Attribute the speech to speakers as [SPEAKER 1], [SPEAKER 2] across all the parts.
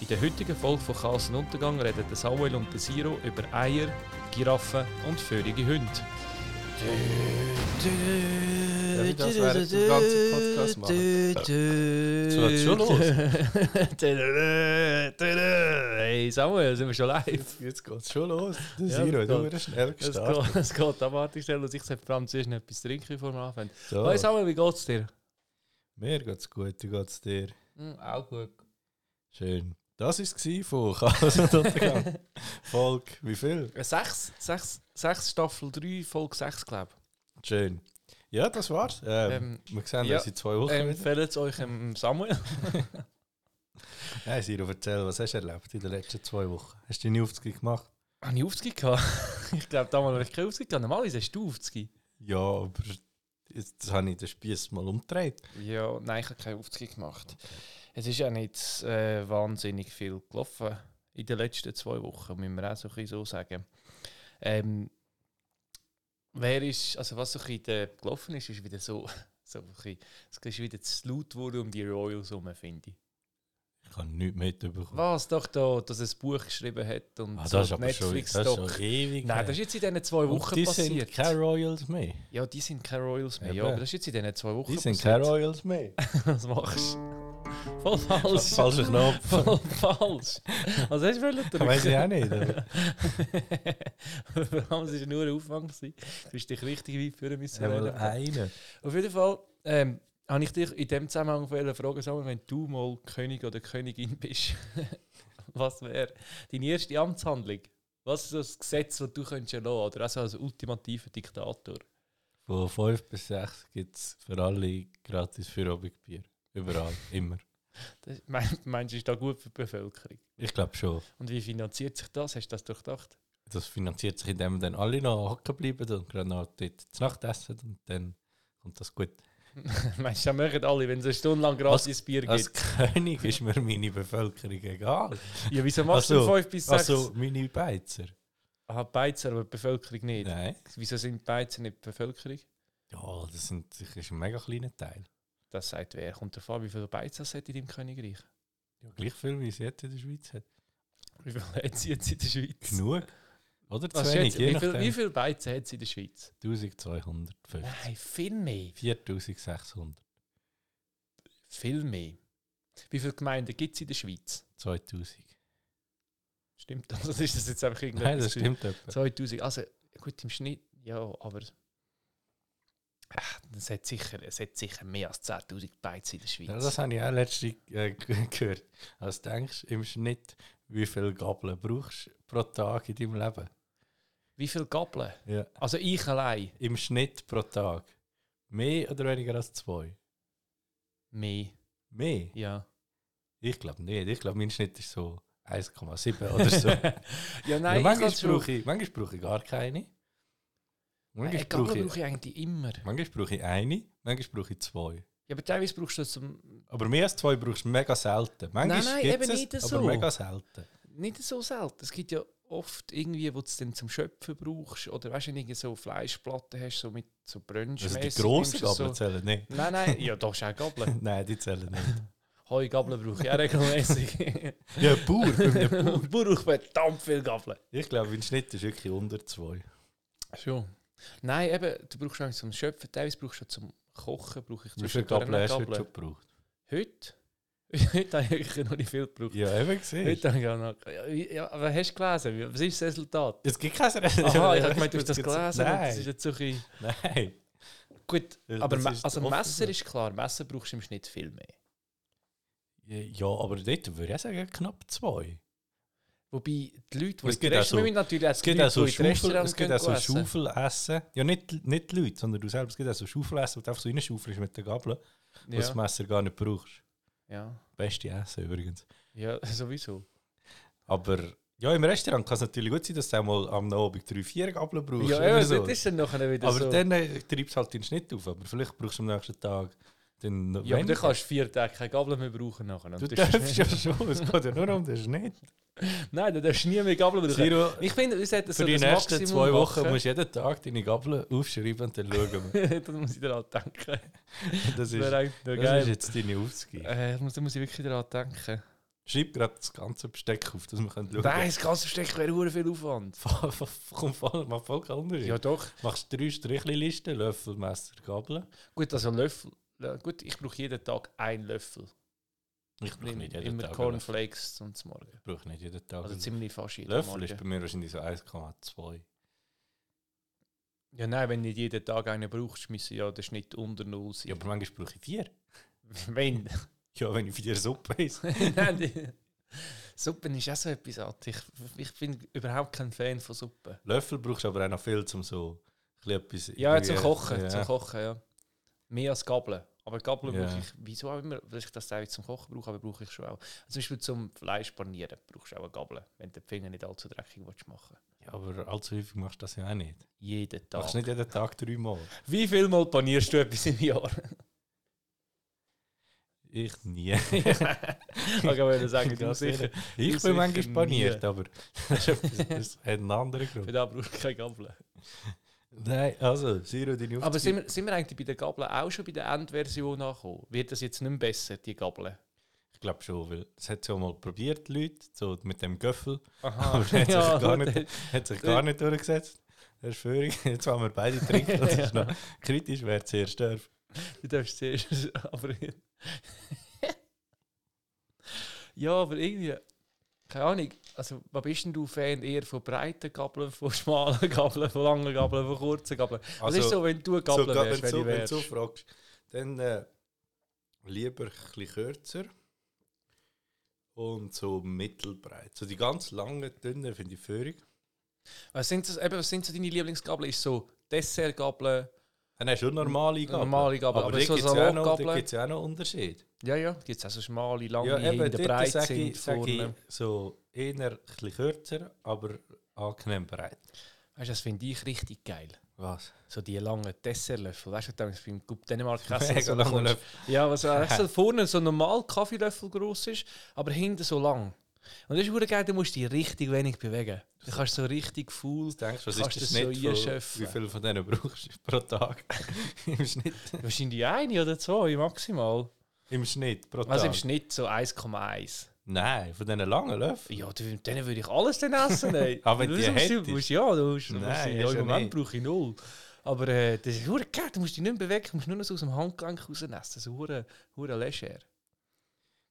[SPEAKER 1] In der heutigen Folge von Chaos und Untergang reden der Samuel und der Siro über Eier, Giraffen und feurige Hunde.
[SPEAKER 2] Darf ich das während dem ganzen Podcast machen?
[SPEAKER 1] Was ist schon los? hey Samuel, sind wir schon live?
[SPEAKER 2] Jetzt, jetzt geht es schon los. Der
[SPEAKER 1] Ja,
[SPEAKER 2] Siro hat
[SPEAKER 1] das geht.
[SPEAKER 2] immer schnell
[SPEAKER 1] Es
[SPEAKER 2] gestartet.
[SPEAKER 1] geht, es geht abartig schnell und ich sollte vor allem zuerst noch etwas trinken, bevor wir anfangen.
[SPEAKER 2] So,
[SPEAKER 1] Hey Samuel, wie geht's dir?
[SPEAKER 2] mir geht's gut, wie geht's dir?
[SPEAKER 1] Hm, auch gut.
[SPEAKER 2] Schön. Das war es von Chaos und Untergang. Folge, wie viel?
[SPEAKER 1] Sechs, sechs, sechs Staffel 3, Folge 6, glaube ich.
[SPEAKER 2] Schön. Ja, das war's. Ähm,
[SPEAKER 1] Ähm,
[SPEAKER 2] wir sehen
[SPEAKER 1] ja,
[SPEAKER 2] uns in zwei Wochen
[SPEAKER 1] ähm,
[SPEAKER 2] wieder.
[SPEAKER 1] Empfehlt es euch ähm, Samuel?
[SPEAKER 2] Nein, Siro, erzähl, was hast du erlebt in den letzten zwei Wochen? Hast du deine Aufzüge gemacht?
[SPEAKER 1] Habe ich 50 gehabt? Ich glaube, damals habe ich keine 50 gehabt. Normalerweise hast du 50.
[SPEAKER 2] Ja, aber jetzt das habe ich den Spieß mal umgedreht.
[SPEAKER 1] Ja, nein, ich habe keine 50 gemacht. Es ist ja nicht äh, wahnsinnig viel gelaufen in den letzten zwei Wochen, müssen wir auch so, ein bisschen so sagen. Ähm, wer ist, also was so ein bisschen äh, gelaufen ist, ist wieder so, so ein bisschen, es ist wieder zu laut geworden um die Royals herum, finde ich.
[SPEAKER 2] Ich habe nichts mitbekommen.
[SPEAKER 1] Was doch da, dass er ein Buch geschrieben hat und
[SPEAKER 2] Ah,
[SPEAKER 1] so
[SPEAKER 2] das ist
[SPEAKER 1] Netflix-Doc.
[SPEAKER 2] schon ewig.
[SPEAKER 1] Nein,
[SPEAKER 2] her.
[SPEAKER 1] das ist jetzt in diesen zwei Wochen
[SPEAKER 2] Und die
[SPEAKER 1] passiert.
[SPEAKER 2] sind keine Royals mehr.
[SPEAKER 1] ja, die sind keine Royals mehr. Ja,
[SPEAKER 2] Eben.
[SPEAKER 1] aber das ist jetzt in diesen zwei Wochen
[SPEAKER 2] Die sind keine
[SPEAKER 1] passiert.
[SPEAKER 2] Royals mehr.
[SPEAKER 1] Was machst du? Voll falsch.
[SPEAKER 2] Falscher Knopf.
[SPEAKER 1] Voll falsch. Was hast du wollen drücken?
[SPEAKER 2] Weiß ich auch nicht. aber-
[SPEAKER 1] Vor allem, es war nur ein Aufwand. gewesen. Du hast dich richtig weit führen müssen.
[SPEAKER 2] Ja, mal einen.
[SPEAKER 1] Auf jeden Fall ähm, habe ich dich in dem Zusammenhang wollen fragen sollen, wenn du mal König oder Königin bist, was wäre deine erste Amtshandlung? Was dus ist so das Gesetz, das du könntest erlassen oder also als ultimativer Diktator?
[SPEAKER 2] Von 5 bis 6 gibt es für alle gratis für Bier. Überall, immer.
[SPEAKER 1] Das, mein, meinst du, ist da gut für die Bevölkerung?
[SPEAKER 2] Ich glaube schon.
[SPEAKER 1] Und wie finanziert sich das? Hast du das durchdacht?
[SPEAKER 2] Das finanziert sich, indem dann alle noch hocken bleiben und gerade noch dort zu Nacht essen und dann kommt das gut.
[SPEAKER 1] Meinst du, das machen alle, wenn es eine Stunde lang gratis Bier gibt?
[SPEAKER 2] Als König ist mir meine Bevölkerung egal.
[SPEAKER 1] ja, wieso machst
[SPEAKER 2] also-
[SPEAKER 1] du 5 bis 6?
[SPEAKER 2] Also meine Beizer.
[SPEAKER 1] Aha, Beizer, aber die Bevölkerung nicht.
[SPEAKER 2] Nein.
[SPEAKER 1] Wieso sind die Beizer nicht die Bevölkerung?
[SPEAKER 2] Ja, das, sind, das ist ein mega kleiner Teil.
[SPEAKER 1] Das sagt wer. Kommt davon, an, wie viele Beizer es hat in deinem Königreich?
[SPEAKER 2] Ja, gleich viel, wie es jetzt in der Schweiz hat.
[SPEAKER 1] Wie viele hat es jetzt in der Schweiz?
[SPEAKER 2] Genug. Oder zu
[SPEAKER 1] Was
[SPEAKER 2] wenig,
[SPEAKER 1] schätzt,
[SPEAKER 2] je
[SPEAKER 1] wie, viel, wie
[SPEAKER 2] nachdem.
[SPEAKER 1] viele Beizer hat es in der Schweiz?
[SPEAKER 2] 1250.
[SPEAKER 1] Nein, viel mehr.
[SPEAKER 2] 4600.
[SPEAKER 1] Viel mehr. Wie viele Gemeinden gibt es in der Schweiz?
[SPEAKER 2] 2000.
[SPEAKER 1] Stimmt das? Oder ist das jetzt einfach irgendwas?
[SPEAKER 2] Nein, das stimmt etwa.
[SPEAKER 1] 2000, also gut im Schnitt, ja, aber ach, es, hat sicher, es hat sicher mehr als 10.000 Bytes in der Schweiz.
[SPEAKER 2] Ja, das habe ich auch letztens äh, g- gehört. Also denkst du im Schnitt, wie viele Gabeln brauchst du pro Tag in deinem Leben?
[SPEAKER 1] Wie viele Gabeln?
[SPEAKER 2] Ja.
[SPEAKER 1] Also ich allein
[SPEAKER 2] Im Schnitt pro Tag. Mehr oder weniger als zwei?
[SPEAKER 1] mehr,
[SPEAKER 2] Mehr?
[SPEAKER 1] ja.
[SPEAKER 2] Ich glaube nicht. Ich glaube, mein Schnitt ist so 1,7 oder so. ja,
[SPEAKER 1] ja, nein, ich
[SPEAKER 2] manchmal,
[SPEAKER 1] kann's schon-
[SPEAKER 2] brauche ich, manchmal brauche ich gar keine.
[SPEAKER 1] Nein,
[SPEAKER 2] Manchmal,
[SPEAKER 1] eine Gabel
[SPEAKER 2] brauche ich,
[SPEAKER 1] brauche Äh, ich eigentlich immer.
[SPEAKER 2] manchmal brauche ich eine, manchmal brauche ich zwei.
[SPEAKER 1] Ja, aber teilweise brauchst du das zum,
[SPEAKER 2] Aber mehr als zwei brauchst du mega selten. Manchmal
[SPEAKER 1] Nein, nein,
[SPEAKER 2] gibt's
[SPEAKER 1] eben
[SPEAKER 2] es,
[SPEAKER 1] nicht
[SPEAKER 2] aber
[SPEAKER 1] so.
[SPEAKER 2] mega selten.
[SPEAKER 1] nicht so selten. Es gibt ja oft irgendwie, wo du es dann zum Schöpfen brauchst. Oder weißt du, wenn du irgendwie so Fleischplatten hast, so mit so Brunch.
[SPEAKER 2] Also die grossen
[SPEAKER 1] So.
[SPEAKER 2] Gabeln zählen nicht.
[SPEAKER 1] Nein, nein, ja, da ist auch Gabeln.
[SPEAKER 2] Nein, die zählen nicht.
[SPEAKER 1] Heugabeln brauche ich auch regelmäßig.
[SPEAKER 2] Ja, Bauer, bei einem Bauer.
[SPEAKER 1] Und braucht verdammt viel Gabeln.
[SPEAKER 2] Ich glaube, mein Schnitt ist wirklich unter zwei.
[SPEAKER 1] Schon. Nein, eben, du brauchst eigentlich zum Schöpfen, teilweise brauchst du zum Kochen, brauche ich
[SPEAKER 2] Wie viele
[SPEAKER 1] zwischendurch
[SPEAKER 2] Gabeln
[SPEAKER 1] noch
[SPEAKER 2] hast du heute schon gebraucht?
[SPEAKER 1] Heute? Heute habe ich eigentlich noch nicht viel gebraucht.
[SPEAKER 2] Ja, eben gesehen.
[SPEAKER 1] Heute habe ich auch noch... Ja, wie- Ja, aber hast du gelesen? Wie- Was ist das Resultat?
[SPEAKER 2] Es gibt kein Rennen.
[SPEAKER 1] Aha, ich habe gemeint, du hast das gelesen. und Das ist
[SPEAKER 2] Nein,
[SPEAKER 1] jetzt so ein bisschen...
[SPEAKER 2] nein.
[SPEAKER 1] Gut,
[SPEAKER 2] Ja,
[SPEAKER 1] aber
[SPEAKER 2] das
[SPEAKER 1] Me-
[SPEAKER 2] ist
[SPEAKER 1] also
[SPEAKER 2] oft
[SPEAKER 1] Messer
[SPEAKER 2] so.
[SPEAKER 1] ist klar, Messer brauchst du im Schnitt viel mehr.
[SPEAKER 2] Ja, aber dort würde ich auch sagen, knapp zwei.
[SPEAKER 1] Wobei die Leute, die
[SPEAKER 2] Es
[SPEAKER 1] in die
[SPEAKER 2] gibt auch
[SPEAKER 1] Rest-
[SPEAKER 2] so-
[SPEAKER 1] wir müssen natürlich auch
[SPEAKER 2] Es
[SPEAKER 1] die
[SPEAKER 2] gibt auch
[SPEAKER 1] Leute,
[SPEAKER 2] so
[SPEAKER 1] die in die
[SPEAKER 2] Schaufel,
[SPEAKER 1] Restaurants
[SPEAKER 2] es gibt auch so
[SPEAKER 1] gehen, essen.
[SPEAKER 2] Schaufelessen. Ja, nicht, nicht die Leute, sondern du selbst. Es gibt auch so Schaufelessen, wo du einfach so reinschaufelst mit der Gabel, wo du das
[SPEAKER 1] Ja,
[SPEAKER 2] Messer gar nicht brauchst.
[SPEAKER 1] ja,
[SPEAKER 2] Beste Essen übrigens.
[SPEAKER 1] ja, sowieso.
[SPEAKER 2] Aber ja, im Restaurant kann es natürlich gut sein, dass du auch mal am Abend drei, vier Gabeln brauchst.
[SPEAKER 1] Ja,
[SPEAKER 2] oder
[SPEAKER 1] eben,
[SPEAKER 2] so.
[SPEAKER 1] das ist dann nachher wieder
[SPEAKER 2] Aber
[SPEAKER 1] so...
[SPEAKER 2] dann äh, treibst halt den Schnitt auf. Aber vielleicht brauchst du am nächsten Tag dann noch
[SPEAKER 1] Ja, aber
[SPEAKER 2] weniger.
[SPEAKER 1] dann kannst du vier Tage keine Gabel mehr brauchen. Nachher. Und
[SPEAKER 2] Du
[SPEAKER 1] das ist-
[SPEAKER 2] darfst ja schon, es geht ja nur um den Schnitt.
[SPEAKER 1] Nein, dann darfst du nie mehr Gabel brauchen.
[SPEAKER 2] Siro,
[SPEAKER 1] Ich finde, uns hätten so
[SPEAKER 2] für die
[SPEAKER 1] das
[SPEAKER 2] nächsten
[SPEAKER 1] dus Maximum
[SPEAKER 2] zwei Wochen
[SPEAKER 1] machen.
[SPEAKER 2] musst du jeden Tag deine Gabel aufschreiben und dann schauen wir.
[SPEAKER 1] das muss ich daran denken.
[SPEAKER 2] Das
[SPEAKER 1] Das wäre
[SPEAKER 2] ist,
[SPEAKER 1] eigentlich noch
[SPEAKER 2] das ist
[SPEAKER 1] geil. Eh.
[SPEAKER 2] jetzt deine Aufgabe.
[SPEAKER 1] Äh, muss, da muss ich wirklich daran denken.
[SPEAKER 2] Schreib gerade das ganze Besteck auf, dass wir können schauen
[SPEAKER 1] Nein, das ganze Versteck wäre verdammt viel Aufwand.
[SPEAKER 2] Komm, voll, mach voll andere.
[SPEAKER 1] Ja, doch.
[SPEAKER 2] Machst drei Strichlisten, Löffel, Messer, Gabel.
[SPEAKER 1] Gut, also Löffel. Ja, Gut, ich brauche jeden Tag einen Löffel.
[SPEAKER 2] Ich brauche
[SPEAKER 1] Nimm
[SPEAKER 2] nicht jeden
[SPEAKER 1] immer
[SPEAKER 2] Tag. einen Löffel.
[SPEAKER 1] Cornflakes zum Morgen.
[SPEAKER 2] Ich brauche nicht jeden Tag.
[SPEAKER 1] Also
[SPEAKER 2] einen
[SPEAKER 1] ziemlich fast jeden
[SPEAKER 2] Löffel
[SPEAKER 1] Morgen.
[SPEAKER 2] ist bei mir wahrscheinlich so 1,2.
[SPEAKER 1] Ja, nein, wenn du nicht jeden Tag einen brauchst, müssen ja der Schnitt unter Null
[SPEAKER 2] Ja,
[SPEAKER 1] sein.
[SPEAKER 2] aber manchmal brauche ich vier.
[SPEAKER 1] wenn.
[SPEAKER 2] Ja, wenn ich vier Suppe esse.
[SPEAKER 1] Nein, die- Suppen ist auch so etwas anderes. Ich, ich bin überhaupt kein Fan von Suppen.
[SPEAKER 2] Löffel brauchst du aber auch noch viel, um so ein bisschen etwas...
[SPEAKER 1] Ja,
[SPEAKER 2] irgendwie-
[SPEAKER 1] zum Kochen,
[SPEAKER 2] Ja.
[SPEAKER 1] zum Kochen, ja. Mehr als Gabeln. Aber Gabeln
[SPEAKER 2] Ja.
[SPEAKER 1] brauche ich, wieso auch immer, weil ich das auch zum Kochen brauche, aber brauche ich schon auch. Also Zum Beispiel zum Fleisch panieren brauchst du auch eine Gabel, wenn du die Finger nicht allzu dreckig willst machen
[SPEAKER 2] ja, aber allzu häufig machst du das ja auch nicht.
[SPEAKER 1] Jeden Tag.
[SPEAKER 2] Machst nicht jeden Tag dreimal.
[SPEAKER 1] Wie viel Mal panierst du etwas im Jahr?
[SPEAKER 2] Ich nie.
[SPEAKER 1] ich würde sagen, du
[SPEAKER 2] Das
[SPEAKER 1] sicher.
[SPEAKER 2] sicher. Ich
[SPEAKER 1] sicher
[SPEAKER 2] bin manchmal paniert,
[SPEAKER 1] nie.
[SPEAKER 2] aber das ist etwas- das hat einen anderen
[SPEAKER 1] Für
[SPEAKER 2] Grund.
[SPEAKER 1] da brauchst du keine Gabel.
[SPEAKER 2] Nein, also, Siro, deine
[SPEAKER 1] Aber sind wir, sind wir eigentlich bei der Gabel auch schon bei der Endversion angekommen? Wird das jetzt nicht mehr besser, die Gabel?
[SPEAKER 2] Ich glaube schon, weil es hat schon mal probiert, die Leute, so mit dem Göffel.
[SPEAKER 1] Aha.
[SPEAKER 2] Aber der hat sich gar
[SPEAKER 1] gut,
[SPEAKER 2] nicht-
[SPEAKER 1] der-
[SPEAKER 2] Hat sich gar nicht durchgesetzt. Das ist völlig. Jetzt haben wir beide trinken. Das ist noch kritisch, wer zuerst darf.
[SPEAKER 1] Du darfst zuerst, aber. ja, aber irgendwie. Keine Ahnung. Also, was bist denn du Fan? Eher von breiten Gabeln, von schmalen Gabeln, von langen Gabeln, von kurzen Gabeln? Was ist so, wenn du eine Gabel
[SPEAKER 2] so, ga-
[SPEAKER 1] wärst, wenn
[SPEAKER 2] wenn, du,
[SPEAKER 1] ich
[SPEAKER 2] wenn du
[SPEAKER 1] wärst?
[SPEAKER 2] so fragst, dann äh, lieber ein bisschen kürzer und so mittelbreit. So die ganz langen, dünnen finde ich völlig.
[SPEAKER 1] was, sind das, eben, was sind so deine Lieblingsgabeln? Ist so Dessertgabeln?
[SPEAKER 2] Dann hast du schon normale Gabel.
[SPEAKER 1] Normale Gabel, aber
[SPEAKER 2] aber,
[SPEAKER 1] so
[SPEAKER 2] so Salongabel.
[SPEAKER 1] Salongabeln?
[SPEAKER 2] Da gibt es ja auch noch Unterschied.
[SPEAKER 1] Ja, ja. Gibt es auch so schmale, lange,
[SPEAKER 2] Ja, eben,
[SPEAKER 1] hinten
[SPEAKER 2] dort
[SPEAKER 1] breit
[SPEAKER 2] sage
[SPEAKER 1] sind,
[SPEAKER 2] ich, sag ich
[SPEAKER 1] vorne.
[SPEAKER 2] so eher ein bisschen kürzer, aber angenehm breit.
[SPEAKER 1] Weißt du, das finde ich richtig geil.
[SPEAKER 2] Was?
[SPEAKER 1] So die langen Dessertlöffel. Weißt du, da ist beim Coupe Dänemark Kessel
[SPEAKER 2] Mega
[SPEAKER 1] so
[SPEAKER 2] lange
[SPEAKER 1] bekommst-
[SPEAKER 2] Löffel.
[SPEAKER 1] Ja, was auch so vorne so normal Kaffeelöffel groß ist, aber hinten so lang. dus Und das ist verdammt geil, da musst du dich richtig wenig bewegen. Du kannst so richtig full.
[SPEAKER 2] Was denkst du, was
[SPEAKER 1] Kannst
[SPEAKER 2] ist der
[SPEAKER 1] das so
[SPEAKER 2] Schnitt? von,
[SPEAKER 1] einschäffen?
[SPEAKER 2] wie viel von denen brauchst du pro Tag? Im Schnitt?
[SPEAKER 1] Wahrscheinlich eine oder zwei maximal.
[SPEAKER 2] Im Schnitt, pro Tag?
[SPEAKER 1] Also im Schnitt so 1,1.
[SPEAKER 2] Nein, von diesen langen Löffeln.
[SPEAKER 1] Ja, du- mit denen würde ich alles dann essen. ey.
[SPEAKER 2] Aber wenn
[SPEAKER 1] Du
[SPEAKER 2] die
[SPEAKER 1] musst-
[SPEAKER 2] hättest.
[SPEAKER 1] du musst, ja, du musst, du musst,
[SPEAKER 2] Nein,
[SPEAKER 1] ja,
[SPEAKER 2] hast
[SPEAKER 1] im
[SPEAKER 2] ja
[SPEAKER 1] Moment
[SPEAKER 2] nicht.
[SPEAKER 1] brauche ich null. Aber äh, das ist verdammt geil, du musst dich nicht mehr bewegen, du musst nur noch so aus dem Handgelenk rausnessen. So hure hure leger.